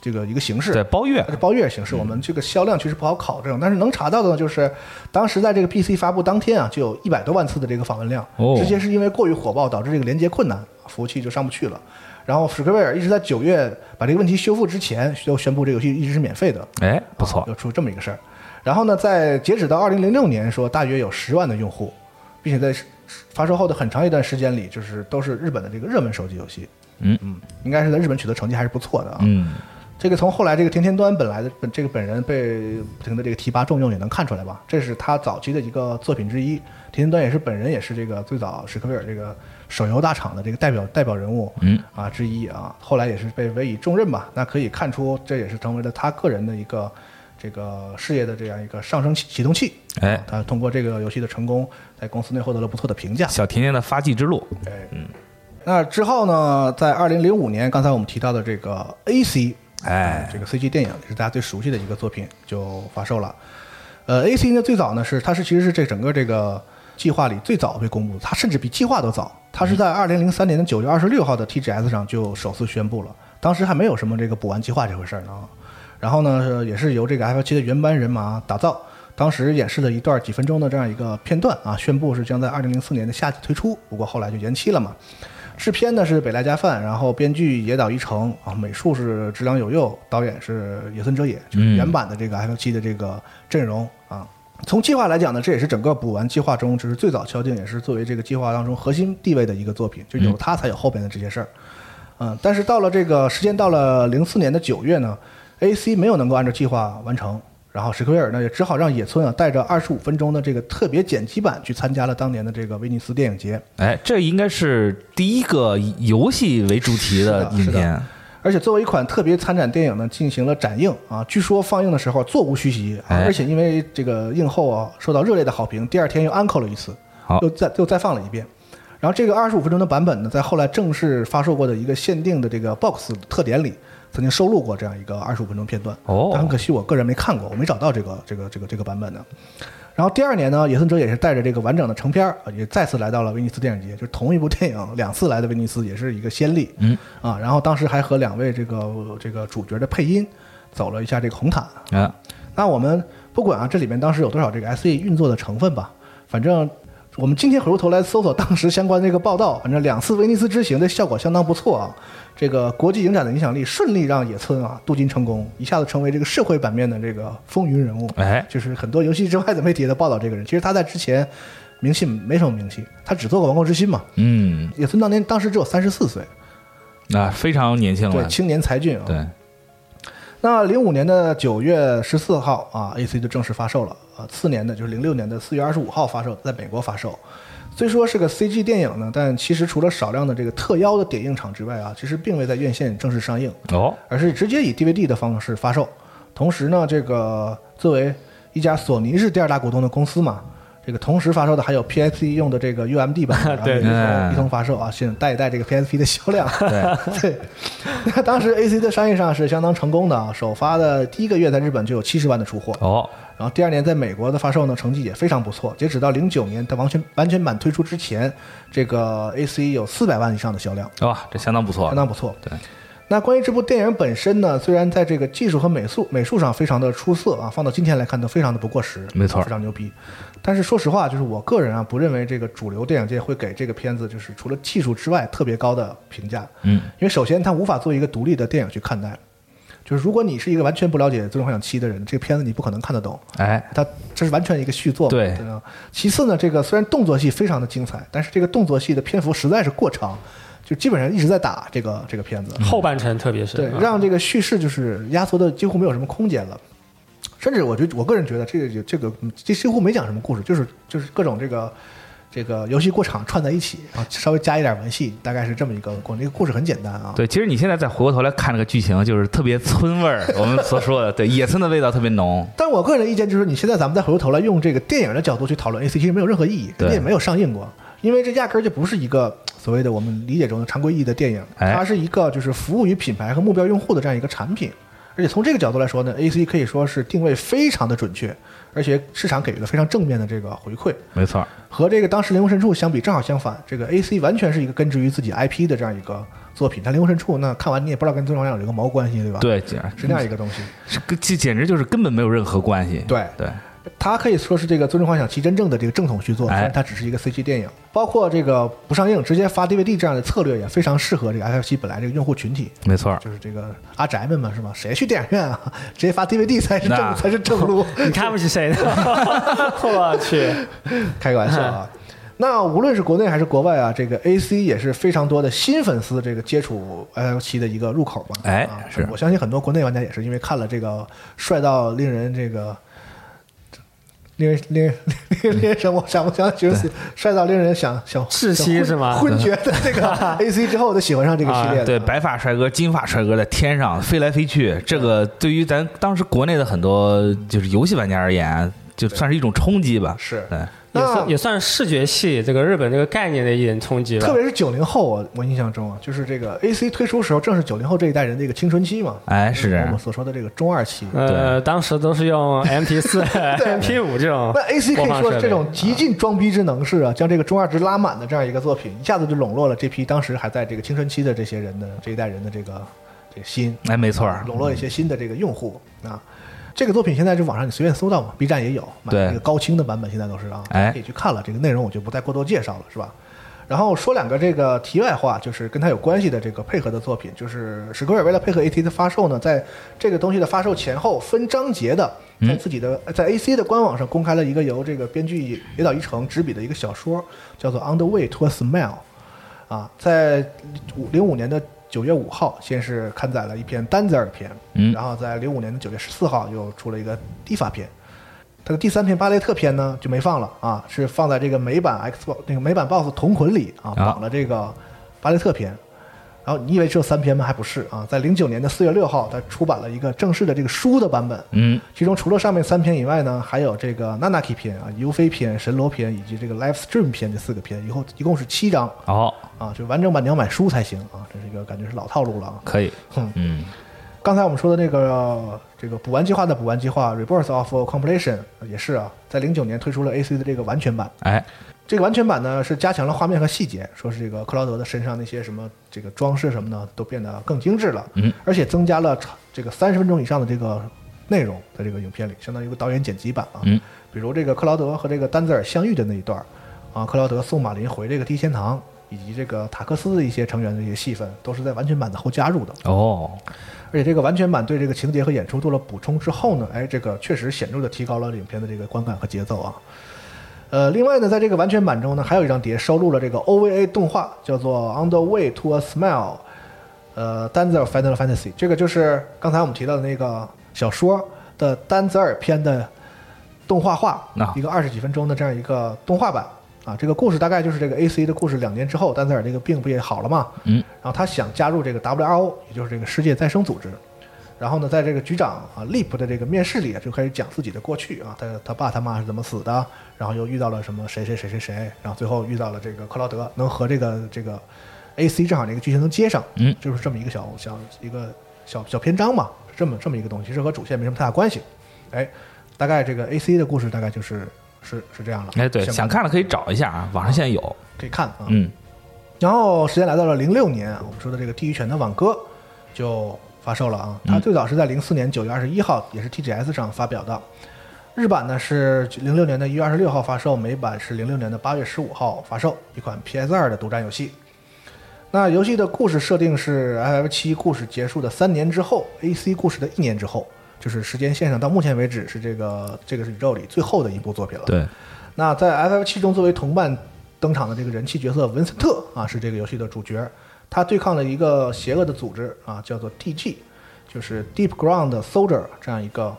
这个一个形式。对，包月嗯它是包月形式，我们这个销量其实不好考证，但是能查到的呢，就是当时在这个 PC 发布当天啊，就有一百多万次的这个访问量，哦直接是因为过于火爆导致这个连接困难，服务器就上不去了。然后史克威尔一直在九月把这个问题修复之前，就宣布这个游戏一直是免费的，哎，不啊错，又出这么一个事儿。然后呢，在截止到二零零六年，说大约有十万的用户，并且在发售后的很长一段时间里，就是都是日本的这个热门手机游戏。嗯嗯，应该是在日本取得成绩还是不错的啊。嗯，这个从后来这个田田端本来的本这个本人被不停的这个提拔重用也能看出来吧，这是他早期的一个作品之一。田田端也是本人也是这个最早史克威尔这个手游大厂的这个代表代表人物，嗯啊之一啊，后来也是被委以重任吧。那可以看出，这也是成为了他个人的一个这个事业的这样一个上升起启动器。哎啊他通过这个游戏的成功，在公司内获得了不错的评价。小甜甜的发迹之路，哎，嗯。那之后呢，在二零零五年，刚才我们提到的这个 AC，哎这个 CG 电影也是大家最熟悉的一个作品，就发售了。呃，AC 呢最早呢是它是其实是这整个这个计划里最早被公布的，它甚至比计划都早。它是在二零零三年的九月二十六号的 TGS 上就首次宣布了，当时还没有什么这个补完计划这回事儿呢。啊然后呢，呃也是由这个 F 七的原班人马打造。当时演示的一段几分钟的这样一个片段啊，宣布是将在二零零四年的夏季推出，不过后来就延期了嘛。制片呢是北濑加范，然后编剧野岛一成啊，美术是直良有佑，导演是野村哲也，就是原版的这个 F 七的这个阵容啊。从计划来讲呢，这也是整个补完计划中，就是最早敲定，也是作为这个计划当中核心地位的一个作品，就有它才有后边的这些事儿。嗯，但是到了这个时间到了零四年的九月呢，AC 没有能够按照计划完成，然后史克威尔呢也只好让野村啊带着二十五分钟的这个特别剪辑版去参加了当年的这个威尼斯电影节。哎，这应该是第一个以游戏为主题的影是的是片的，而且作为一款特别参展电影呢，进行了展映啊，据说放映的时候座无虚席，啊哎而且因为这个映后啊受到热烈的好评，第二天又 uncle 了一次好，又再又再放了一遍。然后这个二十五分钟的版本呢，在后来正式发售过的一个限定的这个 box 特点里，曾经收录过这样一个二十五分钟片段。哦但很可惜我个人没看过，我没找到这个这个这个这个版本的。然后第二年呢，野村哲也是带着这个完整的成片儿，呃也再次来到了威尼斯电影节，就是同一部电影两次来的威尼斯，也是一个先例。嗯啊，然后当时还和两位这个这个主角的配音走了一下这个红毯。啊，那我们不管啊，这里面当时有多少这个 SE 运作的成分吧，反正我们今天回过头来搜索当时相关的这个报道，反正两次威尼斯之行的效果相当不错啊。这个国际影展的影响力顺利让野村啊镀金成功，一下子成为这个社会版面的这个风云人物。哎就是很多游戏之外的媒体也在报道这个人。其实他在之前名气没什么名气，他只做过《王国之心》嘛。嗯，野村当年当时只有三十四岁，啊，非常年轻对了，青年才俊啊。对，那零五年的九月十四号啊，AC 就正式发售了。呃，次年的就是零六年的四月二十五号发售，在美国发售。虽说是个 CG 电影呢，但其实除了少量的这个特邀的点映场之外啊，其实并未在院线正式上映，哦，而是直接以 DVD 的方式发售。同时呢，这个作为一家索尼是第二大股东的公司嘛，这个同时发售的还有 PSP 用的这个 UMD 版本，对然后嗯一同发售啊，先带一带这个 PSP 的销量。 对，那当时 AC 的商业上是相当成功的啊，首发的第一个月在日本就有七十万的出货，哦，然后第二年在美国的发售呢成绩也非常不错，截止到零九年它完全完全版推出之前，这个 AC 有四百万以上的销量，哇，这相当不错，相当不错。对，那关于这部电影本身呢，虽然在这个技术和美术美术上非常的出色啊，放到今天来看都非常的不过时，没错非常牛逼。但是说实话，就是我个人啊，不认为这个主流电影界会给这个片子就是除了技术之外特别高的评价。嗯，因为首先它无法做一个独立的电影去看待，就是如果你是一个完全不了解《最终幻想七》的人，这个片子你不可能看得懂。哎，它这是完全一个续作嘛，对吧？其次呢，这个虽然动作戏非常的精彩，但是这个动作戏的篇幅实在是过长，就基本上一直在打这个这个片子。后半程特别是对，啊让这个叙事就是压缩的几乎没有什么空间了。甚至我觉得，我个人觉得这个这个这几乎没讲什么故事，就是就是各种这个这个游戏过场串在一起啊，稍微加一点文戏，大概是这么一个过程。这个故事很简单啊，对，其实你现在再回过头来看这个剧情，就是特别村味儿，我们所说的，对，野村的味道特别浓，但我个人的意见就是，你现在咱们再回过头来用这个电影的角度去讨论 A C，其实没有任何意义，人对家也没有上映过，因为这压根儿就不是一个所谓的我们理解中的常规意义的电影，哎它是一个就是服务于品牌和目标用户的这样一个产品。而且从这个角度来说呢，A C 可以说是定位非常的准确，而且市场给予了非常正面的这个回馈。没错，和这个当时《灵魂深处》相比，正好相反，这个 A C 完全是一个根植于自己 I P 的这样一个作品。它《灵魂深处》那看完你也不知道跟《尊重上有一个毛关系，对吧？，对，简是那样一个东西。是跟这简直就是根本没有任何关系，对对，它可以说是这个《最终幻想七》真正的这个正统续作，哎虽然它只是一个 CG 电影，包括这个不上映直接发 DVD 这样的策略也非常适合这个 FF 七本来这个用户群体，没错，就是这个阿宅们嘛，是吧？谁去电影院啊？ 直接发 DVD 才是那正啊才是正路， 你看不起谁呢？我去，嗯开个玩笑啊。 那无论是国内还是国外啊，这个 AC 也是非常多的新粉丝这个接触 F 七的一个入口嘛。哎啊是我相信很多国内玩家也是因为看了这个帅到令人这个。令人令人 令人令人什么想不想觉得帅到令人想想窒息想昏是 吗啊昏厥的这 个 AC 之后，就喜欢上这个系列了。啊啊对，白发帅哥、金发帅哥在天上飞来飞去，这个对于咱当时国内的很多就是游戏玩家而言，就算是一种冲击吧。是对，也那算也算视觉系这个日本这个概念的一点冲击吧特。别是九零后，我我印象中啊，就是这个 AC 推出时候，正是九零后这一代人的一个青春期嘛。哎，是这我啊们样。所说的这个中二期。呃，当时都是 用 MP 四、MP 五这种那哎 AC 可啊播放以说设这备啊种极尽装逼之能事啊，将这个中二值拉满的这样一个作品，一下子就笼络了这批当时还在这个青春期的这些人的这一代人的这个这个心，哎，没错儿，啊笼络一些新的这个用户啊。这个作品现在就网上你随便搜到嘛，B 站也有，买对那个高清的版本现在都是啊，哎可以去看了。这个内容我就不再过多介绍了，是吧？然后说两个这个题外话，就是跟它有关系的这个配合的作品，就是史克威尔为了配合 AT 的发售呢，在这个东西的发售前后分章节的，嗯在自己的在 AC 的官网上公开了一个由这个编剧野岛一成执笔的一个小说，叫做《On the Way to a Smile》。啊，在五零五年的九月五号，先是刊载了一篇丹泽尔篇，嗯然后在零五年的九月十四号又出了一个蒂法篇，它的第三篇巴雷特篇呢就没放了啊，是放在这个美版 Xbox 那个美版 BOSS 同捆里啊，绑了这个巴雷特篇。然后你以为只有三篇吗？还不是啊，在零九年的四月六号，它出版了一个正式的这个书的版本，嗯，其中除了上面三篇以外呢，还有这个 Nanaki 篇啊、尤飞篇、神罗篇以及这个 Live Stream 篇这四个篇，以后一共是七章。哦，啊，就完整版你要买书才行啊，这是一个感觉是老套路了啊。可以嗯，嗯，刚才我们说的那个这个补完计划的补完计划 （Rebirth of Completion） 也是啊，在零九年推出了 AC 的这个完全版。哎，这个完全版呢是加强了画面和细节，说是这个克劳德的身上那些什么这个装饰什么的都变得更精致了，嗯，而且增加了长这个三十分钟以上的这个内容在这个影片里，相当于一个导演剪辑版啊，嗯，比如这个克劳德和这个丹泽尔相遇的那一段儿，啊，克劳德送马林回这个地仙堂，以及这个塔克斯的一些成员的一些戏份，都是在完全版的后加入的，哦，而且这个完全版对这个情节和演出做了补充之后呢，哎，这个确实显著的提高了影片的这个观感和节奏啊。呃，另外呢，在这个完全版中呢，还有一张碟收录了这个 OVA 动画，叫做《On the Way to a Smile》，呃，丹泽尔 Final Fantasy，这个就是刚才我们提到的那个小说的丹泽尔篇的动画化啊，一个二十几分钟的这样一个动画版啊。这个故事大概就是这个 AC 的故事，两年之后，丹泽尔这个病不也好了嘛？嗯，然后他想加入这个 WRO，也就是这个世界再生组织。然后呢，在这个局长啊 Leap 的这个面试里，就开始讲自己的过去啊，他他爸他妈是怎么死的，然后又遇到了什么谁谁谁谁谁，然后最后遇到了这个克劳德，能和这个这个 AC 正好那个剧情能接上，嗯，就是这么一个小小一个小小篇章嘛，是这么这么一个东西，其实和主线没什么太大关系。哎，大概这个 AC 的故事大概就是是是这样了。哎，对，相关想看了可以找一下啊，网上现在有，可以看啊。嗯，然后时间来到了零六年，我们说的这个《地狱犬的挽歌》就发售了啊。它最早是在零四年九月二十一号，也是 TGS 上发表的。日版呢是零六年的一月二十六号发售，美版是零六年的八月十五号发售，一款 PS 二的独占游戏。那游戏的故事设定是 F F 七故事结束的三年之后，A C 故事的一年之后，就是时间线上到目前为止是这个这个宇宙里最后的一部作品了。对，那在 FF 七中作为同伴登场的这个人气角色文森特啊，是这个游戏的主角。他对抗了一个邪恶的组织啊，叫做 DG，就是 Deep Ground Soldier 这样一个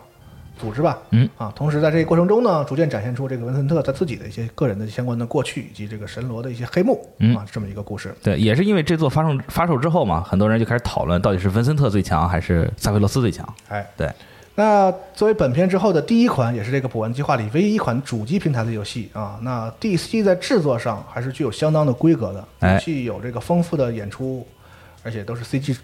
组织吧。嗯啊，同时在这个过程中呢，逐渐展现出这个文森特他自己的一些个人的相关的过去，以及这个神罗的一些黑幕、嗯啊，这么一个故事。对，也是因为这座发售发售之后嘛，很多人就开始讨论到底是文森特最强还是萨菲罗斯最强。哎，对，那作为本片之后的第一款，也是这个补完计划里唯一一款主机平台的游戏啊，那 DC 在制作上还是具有相当的规格的，哎游戏有这个丰富的演出，而且都是 CG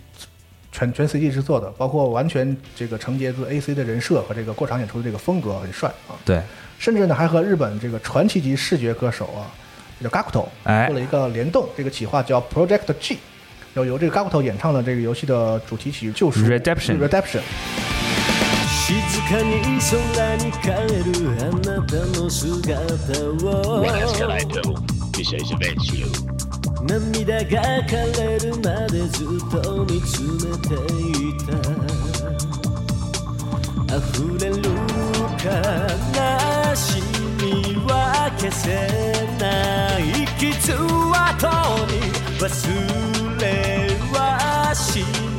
全全 CG 制作的，包括完全这个承接自 AC 的人设和这个过场演出的这个风格很帅啊，对，甚至呢还和日本这个传奇级视觉歌手啊，这叫 Gakuto，哎做了一个联动，这个企划叫 Project G。由由这个 Gakuto 演唱的这个游戏的主题曲《救赎 Redemption Redemption 静かに空に帰るあなたの姿を涙が枯れるまでずっと見つめていた溢れる悲しみには消せない傷跡に忘れはし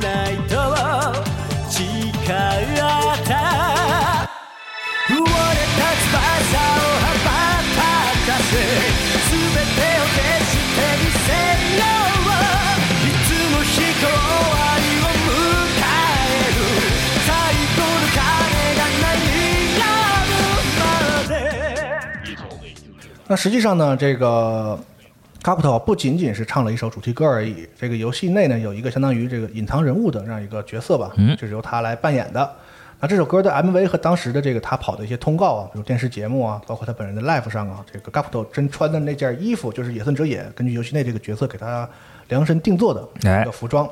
ないと誓った「俺たち翼を羽ばたかせ」「すべてを消してみせよう」「いつも人終わりを迎える」「最後の鐘が鳴りやむまで」那实际上呢，这个 Capital 不仅仅是唱了一首主题歌而已，这个游戏内呢有一个相当于这个隐藏人物的这样一个角色吧，嗯就是由他来扮演的。那这首歌的 MV 和当时的这个他跑的一些通告啊，比如电视节目啊，包括他本人的 live 上啊，这个 Capital 真穿的那件衣服就是野村哲也根据游戏内这个角色给他量身定做的哎一个服装。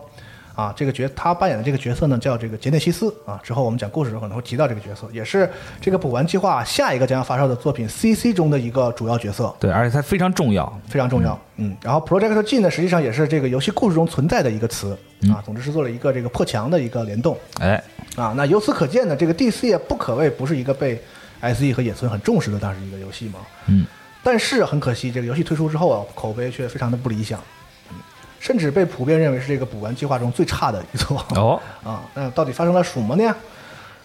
啊，这个角他扮演的这个角色呢叫这个杰内西斯啊。之后我们讲故事的时候可能会提到这个角色，也是这个补完计划下一个将要发售的作品 CC 中的一个主要角色。对，而且它非常重要。非常重要。嗯，然后 Project G 呢，实际上也是这个游戏故事中存在的一个词啊。总之是做了一个这个破墙的一个联动哎，啊。那由此可见呢，这个 DC 也不可谓不是一个被 SE 和野村很重视的当时一个游戏嘛。嗯，但是啊很可惜，这个游戏推出之后啊，口碑却非常的不理想，嗯、甚至被普遍认为是这个补完计划中最差的一座。哦，啊，那到底发生了什么呢？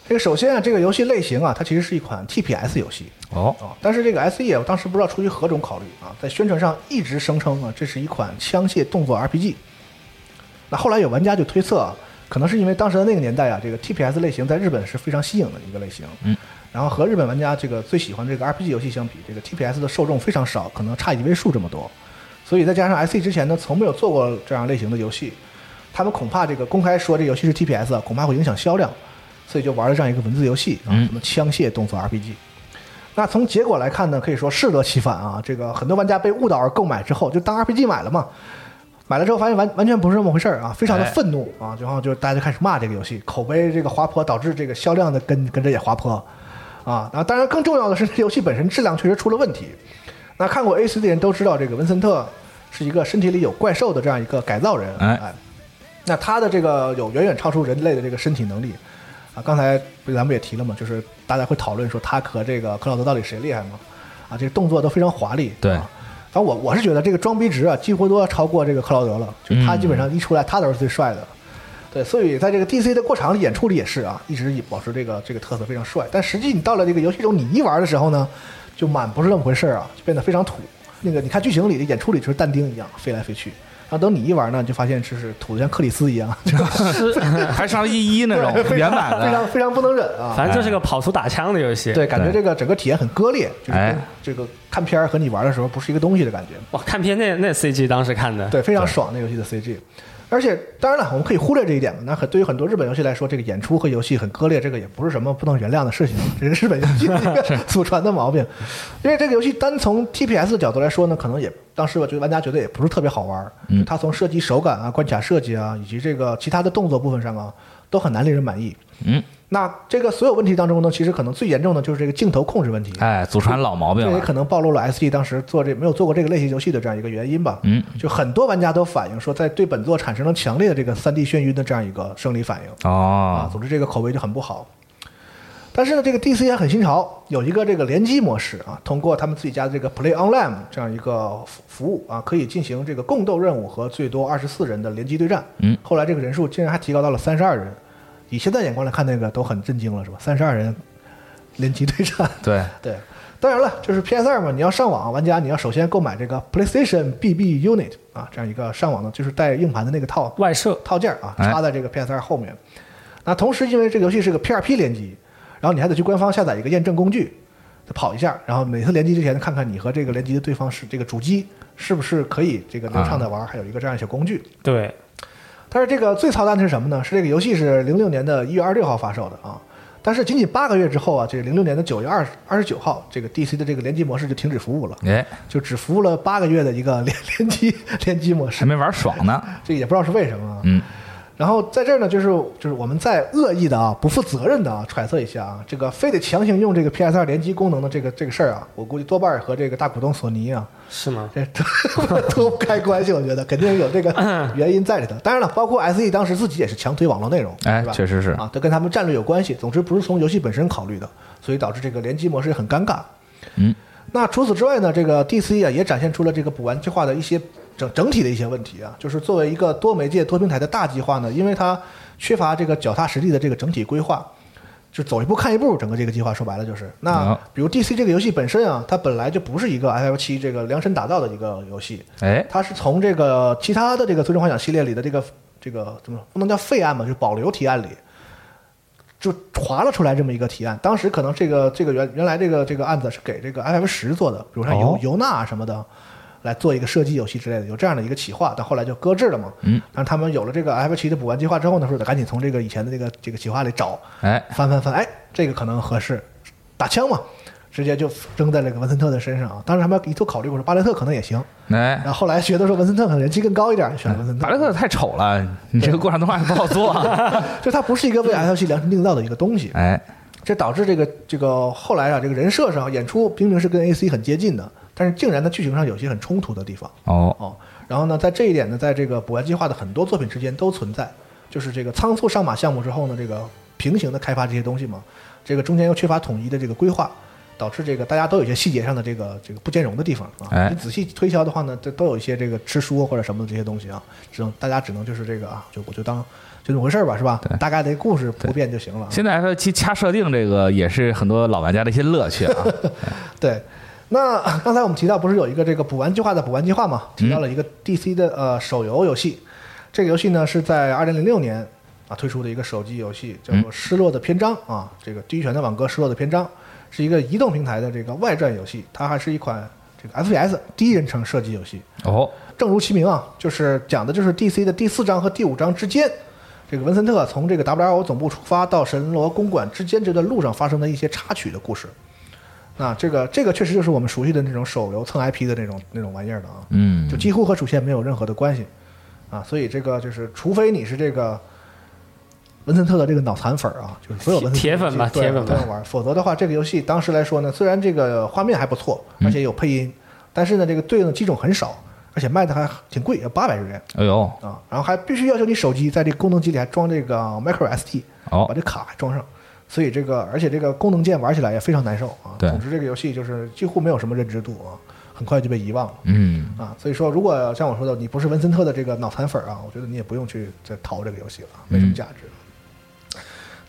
这个首先啊，这个游戏类型啊，它其实是一款 TPS 游戏。哦， 啊，但是这个 S E 我当时不知道出于何种考虑啊，在宣传上一直声称啊这是一款枪械动作 R P G。那后来有玩家就推测啊，可能是因为当时的那个年代啊，这个 T P S 类型在日本是非常新颖的一个类型，嗯，然后和日本玩家这个最喜欢这个 R P G 游戏相比，这个 T P S 的受众非常少，可能差一位数这么多。所以再加上 S E 之前呢，从没有做过这样类型的游戏，他们恐怕这个公开说这游戏是 T P S，恐啊怕会影响销量，所以就玩了这样一个文字游戏啊，什么枪械动作 R P G。那从结果来看呢，可以说适得其反啊。这个很多玩家被误导而购买之后，就当 RPG 买了嘛，买了之后发现完完全不是那么回事儿啊，非常的愤怒啊，然后就大家就开始骂这个游戏，口碑这个滑坡导致这个销量的跟跟着也滑坡啊。然后当然更重要的是，这游戏本身质量确实出了问题。那看过 A 四的人都知道，这个文森特是一个身体里有怪兽的这样一个改造人，哎哎，那他的这个有远远超出人类的这个身体能力。啊，刚才不是咱们也提了嘛，就是大家会讨论说他和这个克劳德到底谁厉害嘛？啊，这个动作都非常华丽。对啊反正我我是觉得这个装逼值啊，几乎都要超过这个克劳德了。就是他嗯基本上一出来，他都是最帅的。对，所以在这个 DC 的过场里演出里也是啊，一直以保持这个这个特色非常帅。但实际你到了这个游戏中，你一玩的时候呢，就满不是那么回事儿啊，就变得非常土。那个你看剧情里的演出里就是但丁一样飞来飞去，然后等你一玩呢，你就发现就是土的像克里斯一样，哦 还上了一一那种非常原版非常的，非常不能忍啊。反正就是个跑图打枪的游戏。对，，感觉对这个整个体验很割裂，就是哎跟这个看片儿和你玩的时候不是一个东西的感觉。哇，看片那那 CG 当时看的，对，非常爽那游戏的 CG。而且当然了，我们可以忽略这一点嘛。那很对于很多日本游戏来说，这个演出和游戏很割裂，这个也不是什么不能原谅的事情，这是日本游戏的一个 祖传的毛病。因为这个游戏单从 TPS 的角度来说呢，可能也当时我觉得玩家觉得也不是特别好玩儿。嗯它从射击手感啊、关卡设计啊，以及这个其他的动作部分上啊，都很难令人满意。嗯，那这个所有问题当中呢，其实可能最严重的就是这个镜头控制问题。哎，祖传老毛病这也了，可能暴露了 S E 当时做这没有做过这个类型游戏的这样一个原因吧。嗯，就很多玩家都反映说，在对本作产生了强烈的这个三 D 眩晕的这样一个生理反应啊哦，，总之这个口碑就很不好。但是呢，这个 DC 也很新潮，有一个这个联机模式啊，通过他们自己家的这个 Play Online 这样一个服服务啊，可以进行这个共斗任务和最多二十四人的联机对战。嗯，后来这个人数竟然还提高到了三十二人，以现在眼光来看，那个都很震惊了，是吧？三十二人联机对战，对，对，当然了，就是 PS 二嘛，你要上网，玩家你要首先购买这个 PlayStation BB Unit 啊，这样一个上网的，就是带硬盘的那个套外设套件啊，哎插在这个 PS 二后面。那同时，因为这个游戏是个 PRP 联机，然后你还得去官方下载一个验证工具，再跑一下，然后每次联机之前看看你和这个联机的对方是这个主机是不是可以这个流畅的玩，还有一个这样一小工具。对，但是这个最操蛋的是什么呢？是这个游戏是零六年的一月二十六号发售的啊，但是仅仅八个月之后啊，这零六年的九月二二十九号，这个 DC 的这个联机模式就停止服务了，哎，就只服务了八个月的一个 联联机联机模还式，没玩爽呢，这也不知道是为什么啊。嗯，然后在这儿呢，就是就是我们在恶意的啊、不负责任的啊揣测一下啊，这个非得强行用这个 PS 二联机功能的这个这个事儿啊，我估计多半儿和这个大股东索尼啊，是吗？这脱 不开关系，我觉得肯定有这个原因在里头。当然了，包括 S E 当时自己也是强推网络内容，哎是吧？确实是啊，这跟他们战略有关系。总之不是从游戏本身考虑的，所以导致这个联机模式很尴尬。嗯，那除此之外呢，这个 DC 啊也展现出了这个补完计划的一些整整体的一些问题啊，就是作为一个多媒介、多平台的大计划呢，因为它缺乏这个脚踏实地的这个整体规划，就走一步看一步，整个这个计划说白了就是。那啊比如 DC 这个游戏本身啊，它本来就不是一个 FF 七这个量身打造的一个游戏，哎，它是从这个其他的这个《最终幻想》系列里的这个这个怎么说不能叫废案吧，就保留提案里，就划了出来这么一个提案。当时可能这个这个原原来这个这个案子是给这个 FF 十做的，比如像尤哦尤娜什么的。来做一个射击游戏之类的，有这样的一个企划，但后来就搁置了嘛。嗯，但是他们有了这个 F 七的补完计划之后呢，说得赶紧从这个以前的这个这个企划里找，哎，翻翻翻，哎，这个可能合适，打枪嘛，直接就扔在这个文森特的身上啊。当时他们一度考虑过说巴雷特可能也行，哎，然后后来觉得说文森特可能人气更高一点，选了文森特。巴雷特太丑了，你这个过场动画也不好做啊。 就它不是一个为 F 七量身定造的一个东西，哎，这导致这个这个后来啊，这个人设上演出明明是跟 AC 很接近的，但是竟然在剧情上有些很冲突的地方哦，哦。然后呢，在这一点呢，在这个补完计划的很多作品之间都存在，就是这个仓促上马项目之后呢，这个平行的开发这些东西嘛，这个中间又缺乏统一的这个规划。导致这个大家都有一些细节上的这个这个不兼容的地方啊，哎你仔细推敲的话呢，这都有一些这个吃书或者什么的这些东西啊，只能大家只能就是这个啊，就我就当就这么回事儿吧，是吧？大概的故事不变就行了啊。现在 F 七掐设定这个也是很多老玩家的一些乐趣啊。对，那 刚才我们提到不是有一个这个补完计划的补完计划嘛？提到了一个 DC 的呃手游游戏，这个游戏呢是在二零零六年啊推出的一个手机游戏，叫做《失落的篇章》啊，这个《地狱犬的挽歌》《失落的篇章》是一个移动平台的这个外传游戏，它还是一款这个 FPS 第一人称射击游戏。哦，正如其名啊，就是讲的就是 DC 的第四章和第五章之间，这个文森特从这个 WRO 总部出发到神罗公馆之间这段路上发生的一些插曲的故事。那这个这个确实就是我们熟悉的那种手游蹭 IP 的那种那种玩意儿的啊，嗯就几乎和主线没有任何的关系啊，所以这个就是除非你是这个文森特的这个脑残粉儿啊，就是所有文森特铁粉吧游戏对铁粉都吧要玩，否则的话，这个游戏当时来说呢，虽然这个画面还不错，而且有配音，但是呢，这个对应的机种很少，而且卖的还挺贵，八百日元哎呦，啊，然后还必须要求你手机在这个功能机里还装这个 micro SD，把哦，这卡装上。所以这个，而且这个功能键玩起来也非常难受啊。对总之这个游戏就是几乎没有什么认知度啊，很快就被遗忘了嗯，啊。所以说，如果像我说的，你不是文森特的这个脑残粉儿啊，我觉得你也不用去再淘这个游戏了，没什么价值。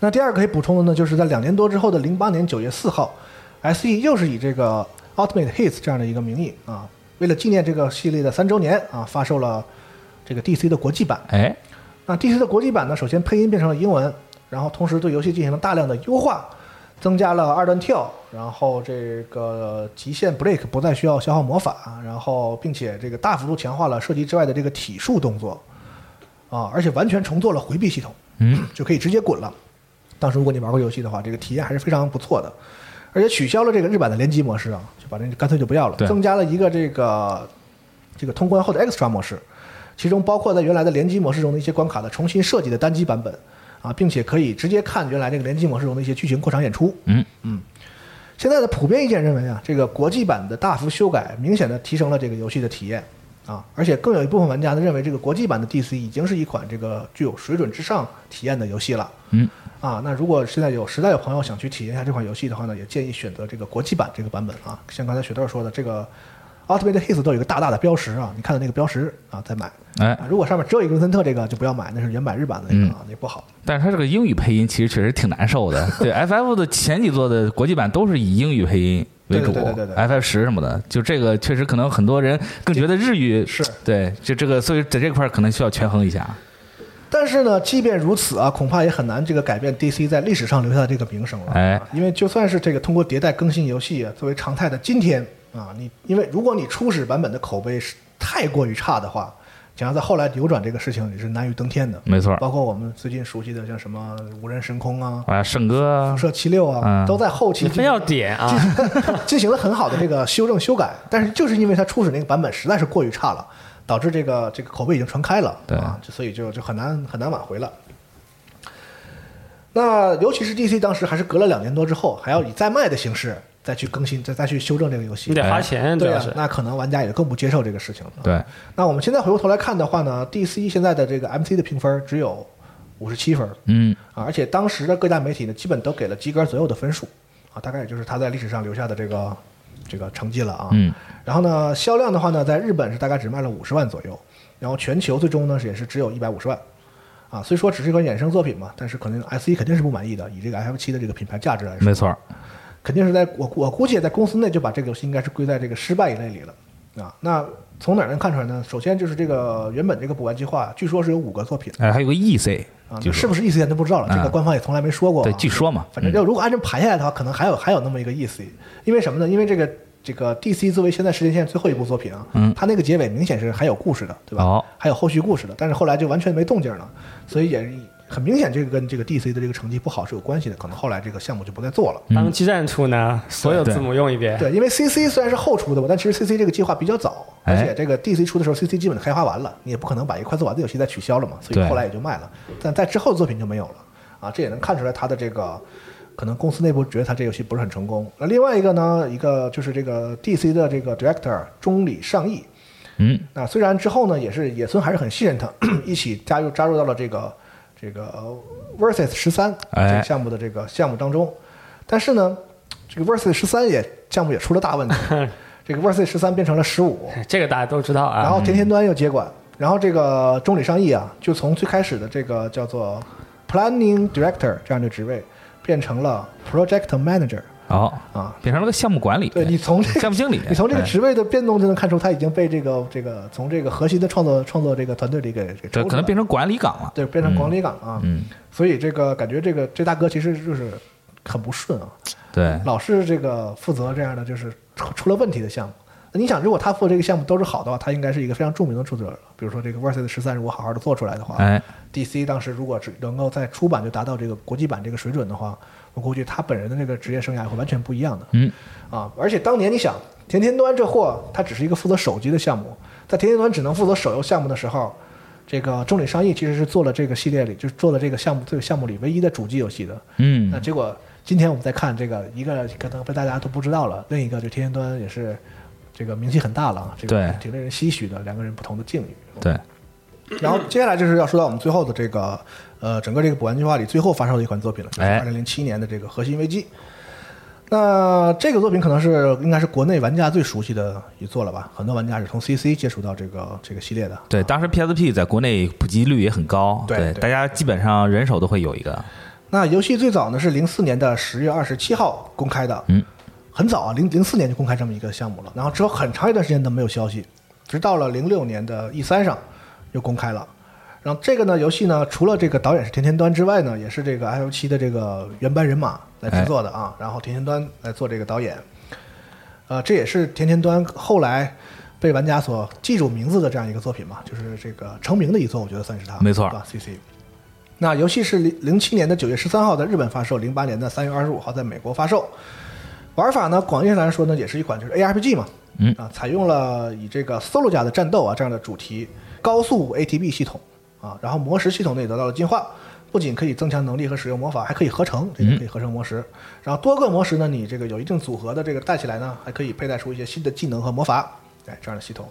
那第二个可以补充的呢，就是在两年多之后的零八年九月四号，SE 又是以这个 Ultimate Hits 这样的一个名义啊，为了纪念这个系列的三周年啊，发售了这个 DC 的国际版。哎，那 DC 的国际版呢，首先配音变成了英文，然后同时对游戏进行了大量的优化，增加了二段跳，然后这个极限 break 不再需要消耗魔法，然后并且这个大幅度强化了射击之外的这个体术动作，啊，而且完全重做了回避系统，嗯，就可以直接滚了。当时如果你玩过游戏的话，这个体验还是非常不错的，而且取消了这个日版的联机模式啊，就把这干脆就不要了，对增加了一个这个这个通关后的 extra 模式，其中包括在原来的联机模式中的一些关卡的重新设计的单机版本啊，并且可以直接看原来这个联机模式中的一些剧情过场演出。嗯嗯。现在的普遍意见认为啊，这个国际版的大幅修改，明显的提升了这个游戏的体验啊，而且更有一部分玩家呢认为，这个国际版的 DC 已经是一款这个具有水准之上体验的游戏了。嗯，啊，那如果现在有实在有朋友想去体验一下这款游戏的话呢，也建议选择这个国际版这个版本啊。像刚才雪豆说的，这个 Ultimate Hits 都有一个大大的标识啊，你看到那个标识啊再买。哎啊，，如果上面只有一个文森特这个就不要买，那是原版日版的那个啊，那不好。但是它这个英语配音其实确实挺难 受的。对，FF 的前几座的国际版都是以英语配音为主对对对对对，FF 十什么的，就这个确实可能很多人更觉得日语是对，就这个，所以在这块儿可能需要权衡一下。但是呢，即便如此啊，恐怕也很难这个改变 DC 在历史上留下的这个名声了。啊哎因为就算是这个通过迭代更新游戏啊，作为常态的今天啊，你因为如果你初始版本的口碑是太过于差的话，想要在后来扭转这个事情也是难于登天的。没错包括我们最近熟悉的像什么无人神空啊、啊，圣哥啊辐，射七六啊，嗯都在后期你进非要点啊？ 进行了很好的这个修正修改，但是就是因为它初始那个版本实在是过于差了，导致这个这个口碑已经传开了，对啊，就所以就就很难很难挽回了。那尤其是 DC 当时还是隔了两年多之后，还要以再卖的形式再去更新，再再去修正这个游戏，你得花钱，主对要啊是，。那可能玩家也更不接受这个事情了。对，那我们现在回过头来看的话呢，DC 现在的这个 MC 的评分只有五十七分，嗯，啊，而且当时的各家媒体呢，基本都给了及格左右的分数啊，大概也就是他在历史上留下的这个这个成绩了啊。嗯，然后呢，销量的话呢，在日本是大概只卖了五十万左右，然后全球最终呢是也是只有一百五十万，啊，虽说只是一款衍生作品嘛，但是可能 S E 肯定是不满意的，以这个 F 七的这个品牌价值来说，没错儿，肯定是在我我估计也在公司内就把这个游戏应该是归在这个失败一类里了啊。那从哪儿能看出来呢？首先就是这个原本这个补完计划，据说是有五个作品哎，还有个 EC，啊，就那是不是 E C 咱就不知道了，这个嗯官方也从来没说过啊。对，据说嘛，反正嗯就如果按这么排下来的话，可能还有还有那么一个意思，因为什么呢？因为这个这个 DC 作为现在时间线最后一部作品啊，嗯它那个结尾明显是还有故事的，对吧？哦还有后续故事的，但是后来就完全没动静了，所以也很明显，这个跟这个 DC 的这个成绩不好是有关系的，可能后来这个项目就不再做了。嗯他们基站处呢，所有字母用一遍，对，因为 CC 虽然是后出的吧，但其实 CC 这个计划比较早，哎而且这个 DC 出的时候，CC 基本开发完了，你也不可能把一个快做完的游戏再取消了嘛，所以对后来也就卖了。但在之后的作品就没有了啊，这也能看出来他的这个可能公司内部觉得他这游戏不是很成功。那另外一个呢，一个就是这个 DC 的这个 director 中里尚义，嗯，那虽然之后呢，也是野村还是很信任他，一起加入加入到了这个这个呃 Versus 十三这哎个项目的这个项目当中，但是呢，这个 Versus 十三也项目也出了大问 题，这个 Versus 十三变成了十五，哎这个大家都知道然啊后。嗯田田端又接管，然后这个中里尚义啊，就从最开始的这个叫做 Planning Director 这样的职位，变成了 Project Manager 哦，啊，变成了个项目管理，对你从这个项目经理，你从这个哎职位的变动就能看出，他已经被这个这个从这个核心的创作创作这个团队里给给抽对，出来可能变成管理岗了，对变成管理岗啊。嗯，所以这个感觉这个这大哥其实就是很不顺啊，对，老是这个负责这样的就是出出了问题的项目。那你想，如果他负责这个项目都是好的话，他应该是一个非常著名的出资者了。比如说这个 Versus 十三，如果好好的做出来的话，哎， DC 当时如果只能够在出版就达到这个国际版这个水准的话，我估计他本人的这个职业生涯会完全不一样的。嗯，啊，而且当年你想，甜甜端这货他只是一个负责手机的项目，在甜甜端只能负责手游项目的时候，这个中里商业其实是做了这个系列里，就是做了这个项目这个项目里唯一的主机游戏的。嗯那，结果今天我们再看这个，一个可能被大家都不知道了，另一个就天天端也是这个名气很大了，啊，这个对挺令人唏嘘的，两个人不同的境遇。对，然后接下来就是要说到我们最后的这个呃整个这个补完计划里最后发售的一款作品了，就是哎二零零七年的这个《核心危机》。那这个作品可能是应该是国内玩家最熟悉的一作了吧？很多玩家是从 CC 接触到这个这个系列的。啊对，当时 PSP 在国内普及率也很高，对对大家基本上人手都会有一个，那游戏最早呢是零四年的十月二十七号公开的，嗯，很早啊，零零四年就公开这么一个项目了。然后之后很长一段时间都没有消息，直到了零六年的 E 三上又公开了。然后这个呢，游戏呢，除了这个导演是田田端之外呢，也是这个 F 七的这个原班人马来哎制作的啊。然后田田端来做这个导演，呃，这也是田田端后来被玩家所记住名字的这样一个作品嘛，就是这个成名的一作，我觉得算是他，没错对吧？CC。那游戏是零零七年的九月十三号在日本发售，零八年的三月二十五号在美国发售。玩法呢，广义上来说呢，也是一款就是 ARPG 嘛，嗯啊，采用了以这个 solo 加的战斗啊这样的主题，高速 ATB 系统啊，然后魔石系统呢也得到了进化，不仅可以增强能力和使用魔法，还可以合成，这嗯个可以合成魔石。然后多个魔石呢，你这个有一定组合的这个带起来呢，还可以佩戴出一些新的技能和魔法，哎，这样的系统。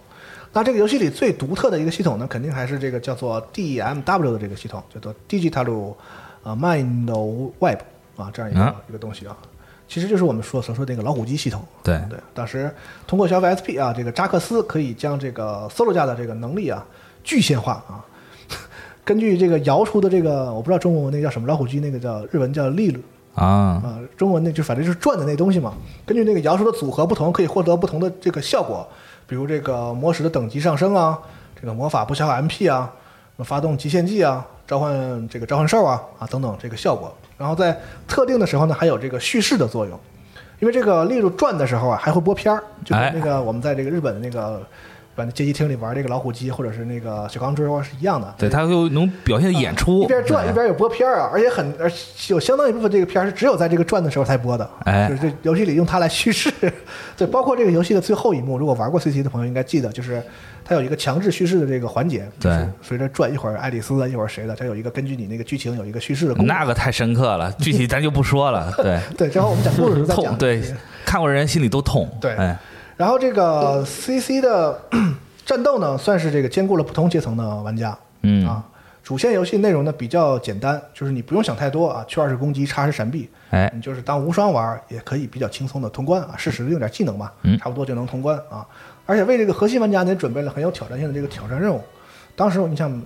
那这个游戏里最独特的一个系统呢，肯定还是这个叫做 DMW 的这个系统，叫做 Digital 啊 Mind Web 啊这样一个、啊一个东西啊。其实就是我们说所说的那个老虎机系统。对对，当时通过消费 SP 啊，这个扎克斯可以将这个 solo 架的这个能力啊具现化啊。 根据这个摇出的这个，我不知道中文那个叫什么老虎机，那个叫日文叫利鲁啊，啊，中文那就反正就是转的那东西嘛。根据那个摇出的组合不同，可以获得不同的这个效果，比如这个魔石的等级上升啊，这个魔法不消耗 MP 啊，发动极限技啊，召唤这个召唤兽啊啊等等这个效果。然后在特定的时候呢，还有这个叙事的作用，因为这个例如转的时候啊，还会播片儿，就跟那个我们在这个日本的那个。反正街机厅里玩这个老虎机或者是那个小钢锥是一样的，对，它又能表现演出，嗯一边转一边有播片儿啊，而且很而有相当一部分这个片儿是只有在这个转的时候才播的，哎就是这游戏里用它来叙事。 对，包括这个游戏的最后一幕，如果玩过 CC 的朋友应该记得，就是它有一个强制叙事的这个环节，对，随着转一会儿爱丽丝啊，一会儿谁的，它有一个根据你那个剧情有一个叙事的功能。那个太深刻了，具体咱就不说了，对，对，之后我们讲故事的时 候再痛，讲。对，看过的人心里都痛，对哎，然后这个 CC 的战斗呢，算是这个兼顾了不同阶层的玩家，嗯啊，主线游戏内容呢比较简单，就是你不用想太多啊，去二是攻击，叉是闪避，哎你就是当无双玩儿也可以比较轻松的通关啊，适时的用点技能嘛嗯，差不多就能通关啊。而且为这个核心玩家呢也准备了很有挑战性的这个挑战任务。当时我印象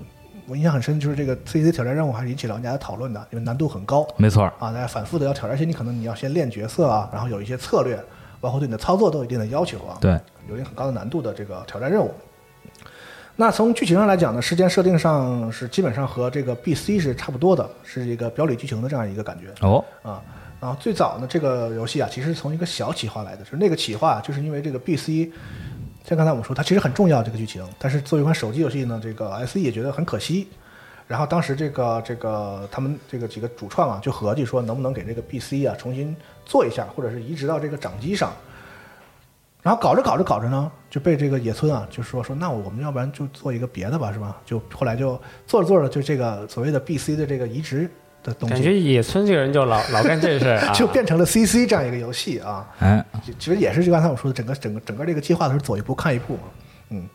我印象很深，就是这个 CC 挑战任务还是引起了玩家的讨论的，因为难度很高。没错儿，啊，大家反复的要挑战，而且你可能你要先练角色啊，然后有一些策略，包括对你的操作都有一定的要求啊，对，有一定很高的难度的这个挑战任务。那从剧情上来讲呢，事件设定上是基本上和这个 B C 是差不多的，是一个表里剧情的这样一个感觉哦，啊。然后最早呢，这个游戏啊，其实是从一个小企划来的，就是那个企划啊就是因为这个 B C，像刚才我们说，它其实很重要这个剧情，但是作为一款手机游戏呢，这个 S E 也觉得很可惜，然后当时这个这个他们这个几个主创啊，就合计说能不能给这个 BC 啊重新做一下，或者是移植到这个掌机上。然后搞着搞着搞着呢，就被这个野村啊就说说那我们要不然就做一个别的吧，是吧？就后来就做着做着就这个所谓的 BC 的这个移植的东感西，觉野村这个人就老老干这事儿 啊，就变成了 CC 这样一个游戏啊。哎，其其实也是就刚才我说的，整个整个整个这个计划都是走一步看一步嘛，嗯。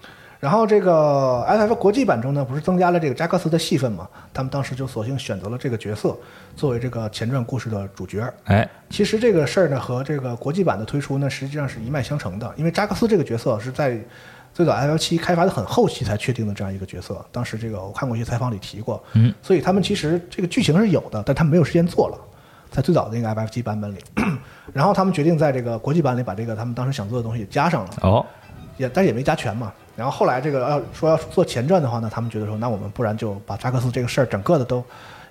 然后这个 FF 国际版中呢，不是增加了这个扎克斯的戏份嘛？他们当时就索性选择了这个角色作为这个前传故事的主角。哎，其实这个事儿呢，和这个国际版的推出呢，实际上是一脉相承的。因为扎克斯这个角色是在最早 F 七开发的很后期才确定的这样一个角色。当时这个我看过一些采访里提过，嗯，所以他们其实这个剧情是有的，但他们没有时间做了，在最早的那个 F 七版本里。 然后他们决定在这个国际版里把这个他们当时想做的东西加上了，哦，也但是也没加全嘛。然后后来这个要说要做前传的话呢，他们觉得说，那我们不然就把扎克斯这个事儿整个的都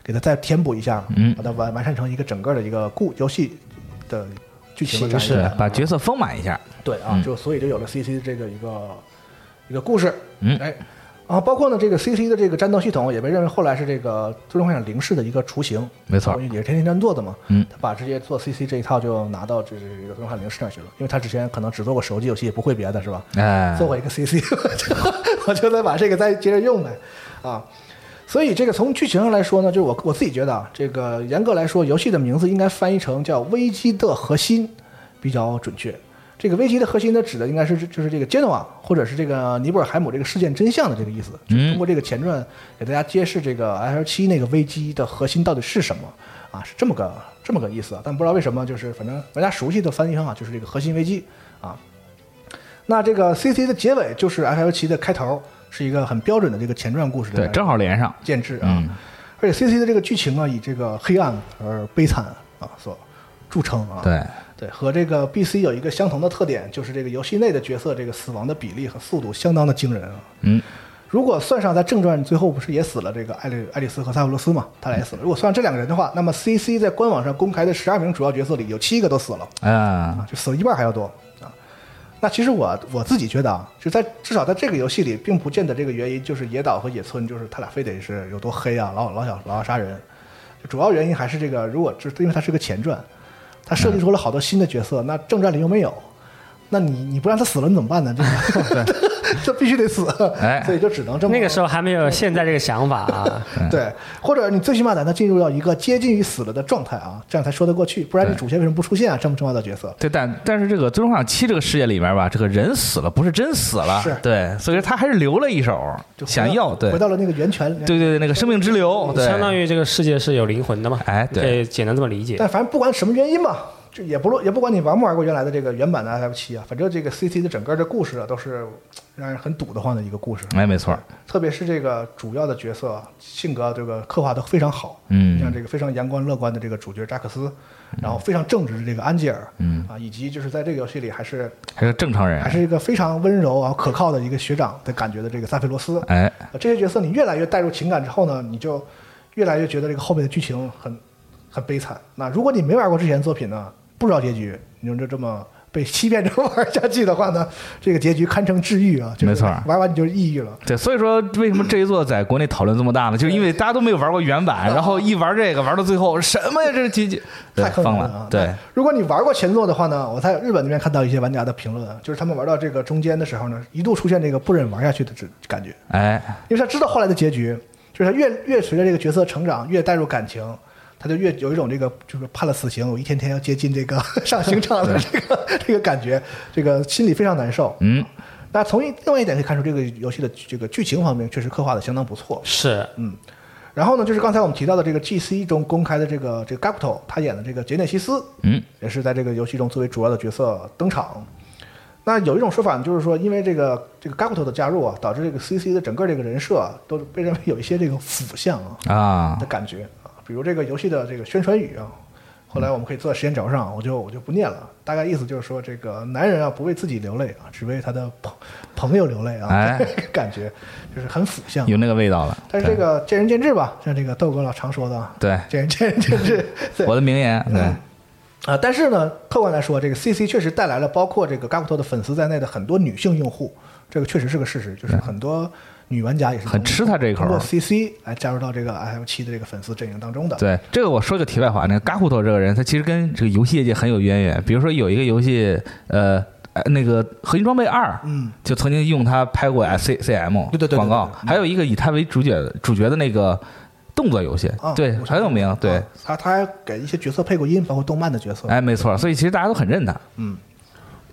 给它再填补一下，嗯把它完完善成一个整个的一个故游戏的剧情的形这式样一对个，把角色丰满一下，对啊，就所以就有了 CC 这个一个一个故事，嗯哎，然后包括呢这个 CC 的这个战斗系统也被认为后来是这个最终幻想零式的一个雏形，没错因为也是天天战做的嘛，嗯他把直接做 CC 这一套就拿到这这个最终幻想零式那去了，因为他之前可能只做过手机游戏，也不会别的是吧？哎做，过一个 CC，我就我就得把这个再接着用呗，啊，所以这个从剧情上来说呢，就是我我自己觉得啊，这个严格来说，游戏的名字应该翻译成叫《危机的核心》比较准确。这个危机的核心呢，指的应该是就是这个 Genoa 或者是这个尼泊尔海姆这个事件真相的这个意思，就嗯是通过这个前传给大家揭示这个 F 七那个危机的核心到底是什么啊，是这么个这么个意思啊。但不知道为什么，就是反正玩家熟悉的翻译方法就是这个核心危机啊。那这个 CC 的结尾就是 F F 七的开头，是一个很标准的这个前传故事的对，正好连上，建制啊。嗯而且 CC 的这个剧情啊，以这个黑暗而悲惨啊所著称啊。对，对，和这个 BC 有一个相同的特点，就是这个游戏内的角色这个死亡的比例和速度相当的惊人啊。嗯，如果算上在正传最后不是也死了这个爱丽爱丽丝和塞浦路斯嘛，他俩也死了。如果算上这两个人的话，那么 CC 在官网上公开的十二名主要角色里有七个都死了。啊，啊，就死了一半还要多啊。那其实我我自己觉得啊，就在至少在这个游戏里，并不见得这个原因就是野岛和野村就是他俩非得是有多黑啊，老老想老要杀人。就主要原因还是这个，如果这因为它是个前传，它设计出了好多新的角色，那正传里又没有，那你你不让他死了，你怎么办呢？这 个这必须得死，哎所以就只能这么那个时候还没有现在这个想法 啊，对，嗯或者你最起码得让他进入到一个接近于死了的状态啊，这样才说得过去。不然你对主线为什么不出现啊？这么重要的角色，对，但但是这个《最终幻想七》这个世界里边吧，这个人死了不是真死了是，对，所以他还是留了一手就，回到想要对，回对到了那个源泉。对对，那个生命之流，对，相当于这个世界是有灵魂的嘛，哎你可以简单这么理解。但反正不管什么原因吧，就也不论也不管你玩没玩过原来的这个原版的 FF 七啊，反正这个 CT 的整个的故事啊，都是让人很堵得慌的一个故事。哎，没错，特别是这个主要的角色啊性格，这个刻画的非常好，嗯像这个非常阳光乐观的这个主角扎克斯，然后非常正直的这个安吉尔，嗯啊，以及就是在这个游戏里还是还是正常人还，是一个非常温柔啊可靠的一个学长的感觉的这个萨菲罗斯，哎，呃这些角色你越来越带入情感之后呢，你就越来越觉得这个后面的剧情很很悲惨。那如果你没玩过之前作品呢，不知道结局，你就这么被欺骗着玩下去的话呢，这个结局堪称治愈啊！就是没错玩完你就抑郁了。对，所以说为什么这一座在国内讨论这么大呢？就是因为大家都没有玩过原版，然后一玩这个玩到最后什么呀？这是几几？对太坑人疯了了啊！，对，，如果你玩过前作的话呢，我在日本那边看到一些玩家的评论啊，就是他们玩到这个中间的时候呢，一度出现这个不忍玩下去的这感觉。哎，因为他知道后来的结局，就是他越越随着这个角色成长，越带入感情，他就越有一种这个就是判了死刑，我一天天要接近这个 上刑场的这个这个感觉，这个心里非常难受。嗯，那从一另外一点可以看出，这个游戏的这个剧情方面确实刻画的相当不错。是，嗯，然后呢，就是刚才我们提到的这个 GC 中公开的这个这个 Gakuto，他演的这个杰内西斯，嗯，也是在这个游戏中作为主要的角色登场。那有一种说法呢，就是说，因为这个这个 Gakuto 的加入啊，导致这个 CC 的整个这个人设、啊、都被认为有一些这个腐向啊啊的，感觉啊，比如这个游戏的这个宣传语啊，后来我们可以做在时间轴上，我就我就不念了，大概意思就是说，这个男人啊不为自己流泪啊，只为他的朋朋友流泪啊，哎 感觉就是很腐向。啊有那个味道了。但是这个见仁见智吧，像这个豆哥老常说的啊， 对见仁见仁见 智。对对我的名言，对嗯，啊，但是呢，客观来说，这个 CC 确实带来了包括这个 g a k u t o 的粉丝在内的很多女性用户，这个确实是个事实，就是很多女玩家也是很吃它这一口通过 CC 来加入到这个 F 七的这个粉丝阵营当中的。对，这个我说个题外话，那个 g a k u t o 这个人，他其实跟这个游戏业界很有渊源。比如说有一个游戏，呃，呃那个《合金装备二》，嗯，就曾经用他拍过 C C M 对对对对广告，对对对还有一个以他为主角主角的那个动作游戏啊，对，我很有名，对啊，他他还给一些角色配过音，包括动漫的角色。哎，没错，所以其实大家都很认他，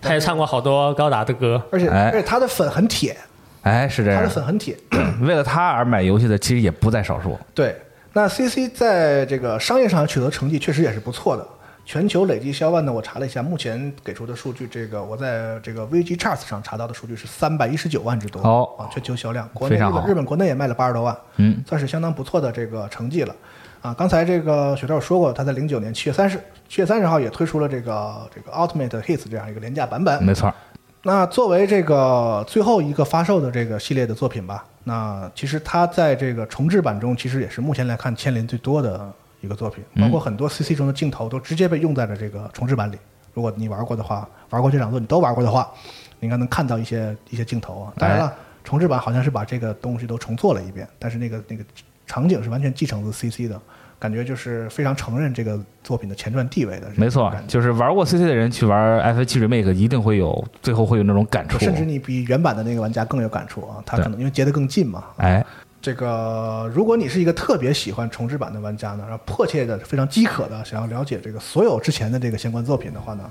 他也唱过好多高达的歌，而且哎而且他的粉很铁，哎，是这他样的，粉很 铁。为了他而买游戏的其实也不在少数，对，那 CC 在这个商业上取得成绩确实也是不错的。全球累计销量呢，我查了一下，目前给出的数据，这个我在这个 VG Charts 上查到的数据是三百一十九万之多。哦啊，全球销量，国内非日常本好日本国内也卖了八十多万，嗯，算是相当不错的这个成绩了。啊，刚才这个雪照说过，他在零九年七月三十七月三十号也推出了这个这个 Ultimate Hits 这样一个廉价版本。没错，那作为这个最后一个发售的这个系列的作品吧，那其实它在这个重制版中，其实也是目前来看牵连最多的一个作品，包括很多 CC 中的镜头都直接被用在了这个重制版里。如果你玩过的话，玩过这两座你都玩过的话，你应该能看到一些一些镜头啊。当然了，重制版好像是把这个东西都重做了一遍，但是那个那个场景是完全继承自 CC 的，感觉就是非常承认这个作品的前传地位的。没错，就是玩过 C C 的人去玩 F 七 Remake 一定会有最后会有那种感触，甚至你比原版的那个玩家更有感触啊，他可能因为结得更近嘛。哎，这个，如果你是一个特别喜欢重置版的玩家呢，然后迫切的、非常饥渴的想要了解这个所有之前的这个相关作品的话呢，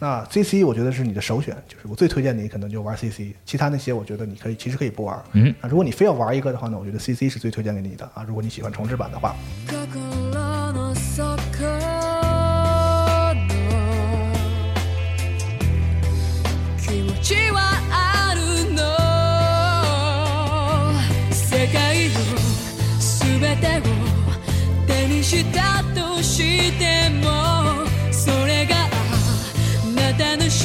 那 CC 我觉得是你的首选，就是我最推荐你可能就玩 CC，其他那些我觉得你可以其实可以不玩。嗯，那如果你非要玩一个的话呢，我觉得 CC 是最推荐给你的啊。如果你喜欢重置版的话，心の底の気持ちはあるの世界の全てを手にしたとしてもそれがあなたの幸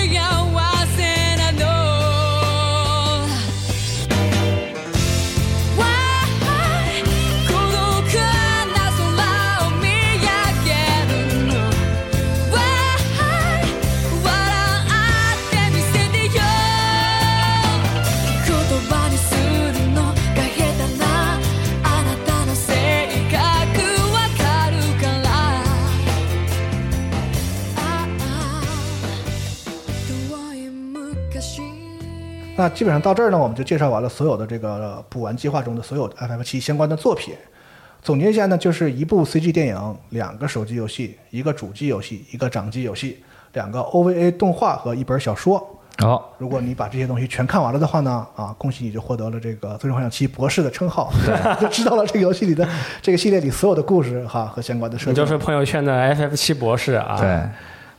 なの「孤独な空を見上げるの」「笑ってみせてよ」「言葉にするのが下手なあなたの性格わかるから」「ああ遠い昔」那基本上到这儿呢，我们就介绍完了所有的这个呃补完计划中的所有 FF 七相关的作品。总结一下呢，就是一部 CG 电影，两个手机游戏，一个主机游戏，一个掌机游戏，两个 OVA 动画和一本小说。好、如果你把这些东西全看完了的话呢，啊，恭喜你就获得了这个《最终幻想七博士》的称号， 就知道了这个游戏里的这个系列里所有的故事哈、和相关的设定。这就是朋友圈的 FF 七博士啊。对，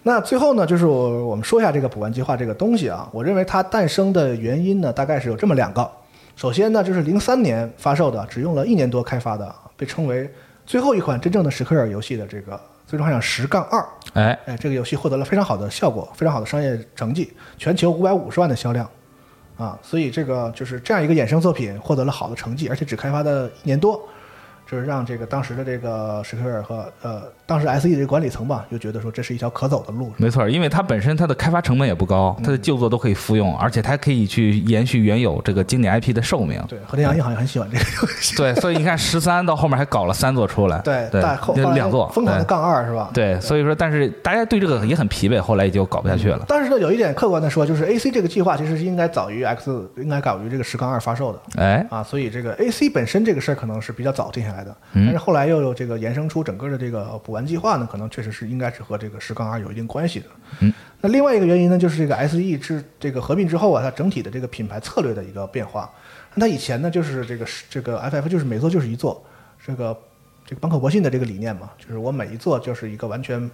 那最后呢，就是我我们说一下这个补完计划这个东西啊，我认为它诞生的原因呢，大概是有这么两个。首先呢，就是零三年发售的，只用了一年多开发的，被称为最后一款真正的史克尔游戏的这个《最终幻想十杠二》。哎，哎，这个游戏获得了非常好的效果，非常好的商业成绩，全球五百五十万的销量，啊，所以这个就是这样一个衍生作品获得了好的成绩，而且只开发的一年多，就是让这个当时的这个史克尔和呃当时 SE 的这个管理层吧，就觉得说这是一条可走的路，没错，因为它本身它的开发成本也不高，嗯它的旧作都可以复用，而且它可以去延续原有这个经典 IP 的寿命。对，和田洋一好像很喜欢这个游戏，对，所以你看十三到后面还搞了三座出来， 对，对但后，就来两座，疯狂的对杠二是吧？对，所以说，但是大家对这个也很疲惫，后来也就搞不下去了。但是呢，有一点客观的说，就是 A C 这个计划其实是应该早于 X，应该早于这个十杠二发售的。哎，啊，所以这个 A C 本身这个事儿可能是比较早定下来的，但是后来又有这个延伸出整个的这个补完计划呢，可能确实是应该是和这个十杠二有一定关系的。嗯，那另外一个原因呢，就是这个 S E 之这个合并之后啊，它整体的这个品牌策略的一个变化。那它以前呢，就是这个这个 F F 就是每做就是一做，这个这个坂口博信的这个理念嘛，就是我每一座就是一个完全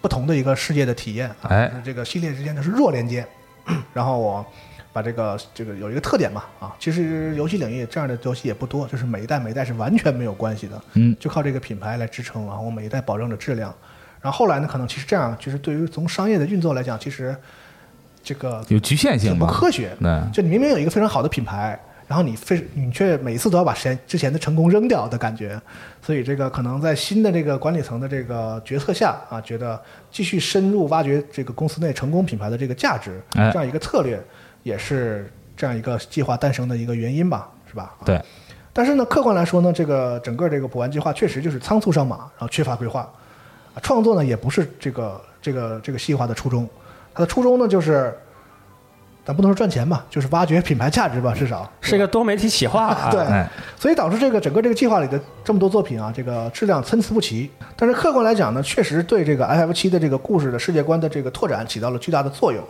不同的一个世界的体验啊。哎就是这个系列之间的是弱连接， 然后我把这个这个有一个特点嘛啊，其实游戏领域这样的游戏也不多，就是每一代每一代是完全没有关系的，嗯就靠这个品牌来支撑，然后我每一代保证着质量。然后后来呢，可能其实这样，就是对于从商业的运作来讲，其实这个有局限性嗯挺不吧？科学。对就你明明有一个非常好的品牌，然后你非你却每次都要把前之前的成功扔掉的感觉，所以这个可能在新的这个管理层的这个决策下啊，觉得继续深入挖掘这个公司内成功品牌的这个价值，哎这样一个策略也是这样一个计划诞生的一个原因吧，是吧？啊对，但是呢，客观来说呢，这个整个这个补完计划确实就是仓促上马，然后缺乏规划，啊创作呢也不是这个这个这个细化的初衷，它的初衷呢就是，咱不能说赚钱吧，就是挖掘品牌价值吧，至少是一个多媒体企划 啊。对哎，所以导致这个整个这个计划里的这么多作品啊，这个质量参差不齐。但是客观来讲呢，确实对这个 F F 七的这个故事的世界观的这个拓展起到了巨大的作用。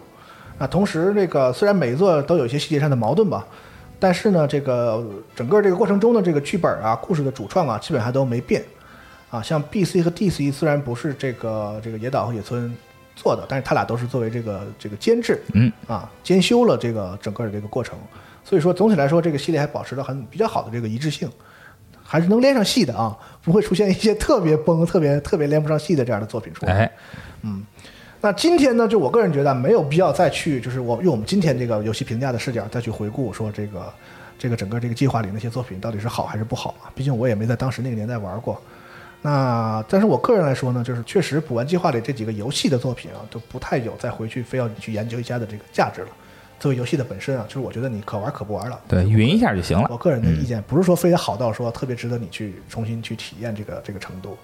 啊，同时这个虽然每一座都有一些细节上的矛盾吧，但是呢，这个整个这个过程中的这个剧本啊、故事的主创啊，基本上都没变。啊，像 B C 和 D C 虽然不是这个这个野岛和野村做的，但是他俩都是作为这个这个监制，嗯啊，监修了这个整个的这个过程。所以说总体来说，这个系列还保持了很比较好的这个一致性，还是能连上戏的啊，不会出现一些特别崩、特别特别连不上戏的这样的作品出来。哎，那今天呢，就我个人觉得没有必要再去，就是我用我们今天这个游戏评价的视角再去回顾说这个这个整个这个计划里那些作品到底是好还是不好嘛？毕竟我也没在当时那个年代玩过。那但是我个人来说呢，就是确实补完计划里这几个游戏的作品啊，都不太有再回去非要你去研究一下的这个价值了。作为游戏的本身啊，就是我觉得你可玩可不玩了。对，匀一下就行我了。嗯个人的意见不是说非得好到说特别值得你去重新去体验这个这个程度，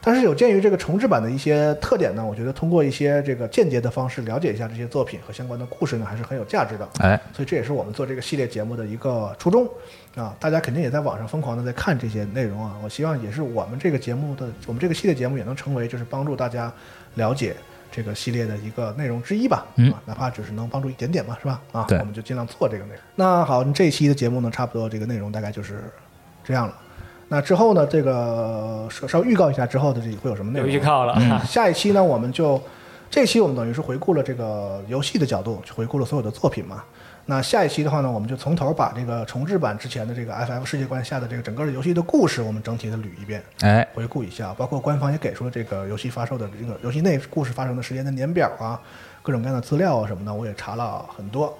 但是有鉴于这个重置版的一些特点呢，我觉得通过一些这个间接的方式了解一下这些作品和相关的故事呢，还是很有价值的。哎，所以这也是我们做这个系列节目的一个初衷啊！大家肯定也在网上疯狂的在看这些内容啊！我希望也是我们这个节目的，我们这个系列节目也能成为就是帮助大家了解这个系列的一个内容之一吧。嗯啊，哪怕只是能帮助一点点嘛，是吧？啊，对我们就尽量做这个内容。那好，这一期的节目呢，差不多这个内容大概就是这样了。那之后呢，这个稍稍微预告一下之后的这会有什么内有容？啊预告了，嗯 嗯下一期呢，我们就这期我们等于是回顾了这个游戏的角度，回顾了所有的作品嘛。那下一期的话呢，我们就从头把这个重置版之前的这个 FF 世界观下的这个整个游戏的故事，我们整体的捋一遍，哎，回顾一下，包括官方也给出了这个游戏发售的这个游戏内故事发生的时间的年表啊，各种各样的资料啊什么的，我也查了很多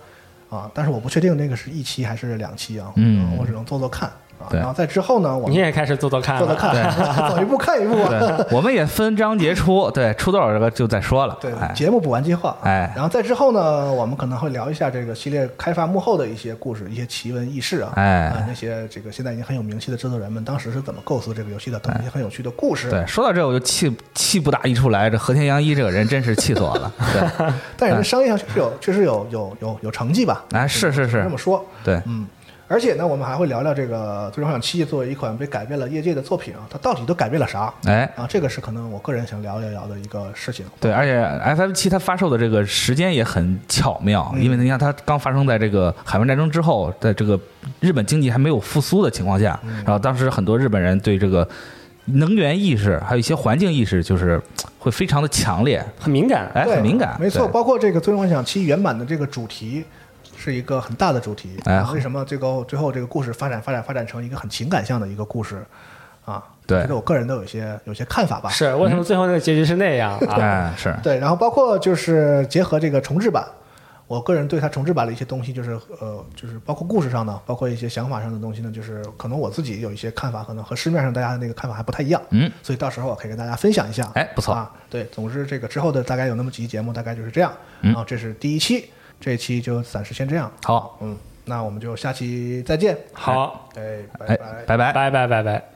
啊，但是我不确定那个是一期还是两期啊，嗯我只能做做看啊。对然后在之后呢，我你 们也开始做做看了，做做看，走一步看一步啊。对，我们也分章节出，对，出多少这个就再说了。对，哎，节目补完计划，哎然后在之后呢，我们可能会聊一下这个系列开发幕后的一些故事、一些奇闻异事啊，哎啊那些这个现在已经很有名气的制作人们当时是怎么构思这个游戏的，等一些很有趣的故事。对，说到这我就气气不打一处来，这和田洋一这个人真是气死我了。对， 但人家商业上确实有，确实有有有有成绩吧？哎，是是这是么，说，对，嗯。而且呢，我们还会聊聊这个《最终幻想七》作为一款被改变了业界的作品啊，它到底都改变了啥？哎，啊，这个是可能我个人想聊一聊的一个事情。对，而且 FF 七它发售的这个时间也很巧妙，嗯因为你看它刚发生在这个海湾战争之后，在这个日本经济还没有复苏的情况嗯下，然后当时很多日本人对这个能源意识还有一些环境意识，就是嘖会非常的强烈，很敏感。哎，对很敏感，没错，对包括这个《最终幻想七》原版的这个主题是一个很大的主题。哎为什么最后最后这个故事发展发展发展成一个很情感向的一个故事啊？对这个我个人都有一些有一些看法吧。是为嗯什么最后那个结局是那样啊？哎，是，对，然后包括就是结合这个重置版，我个人对它重置版的一些东西，就是呃，就是包括故事上的，包括一些想法上的东西呢，就是可能我自己有一些看法，可能和市面上大家的那个看法还不太一样。嗯，所以到时候我可以跟大家分享一下。哎不错啊。对，总之这个之后的大概有那么几期节目，大概就是这样。然后这是第一期，这一期就暂时先这样。好，嗯，那我们就下期再见。好，哎，拜哎拜。，拜拜。拜拜拜拜。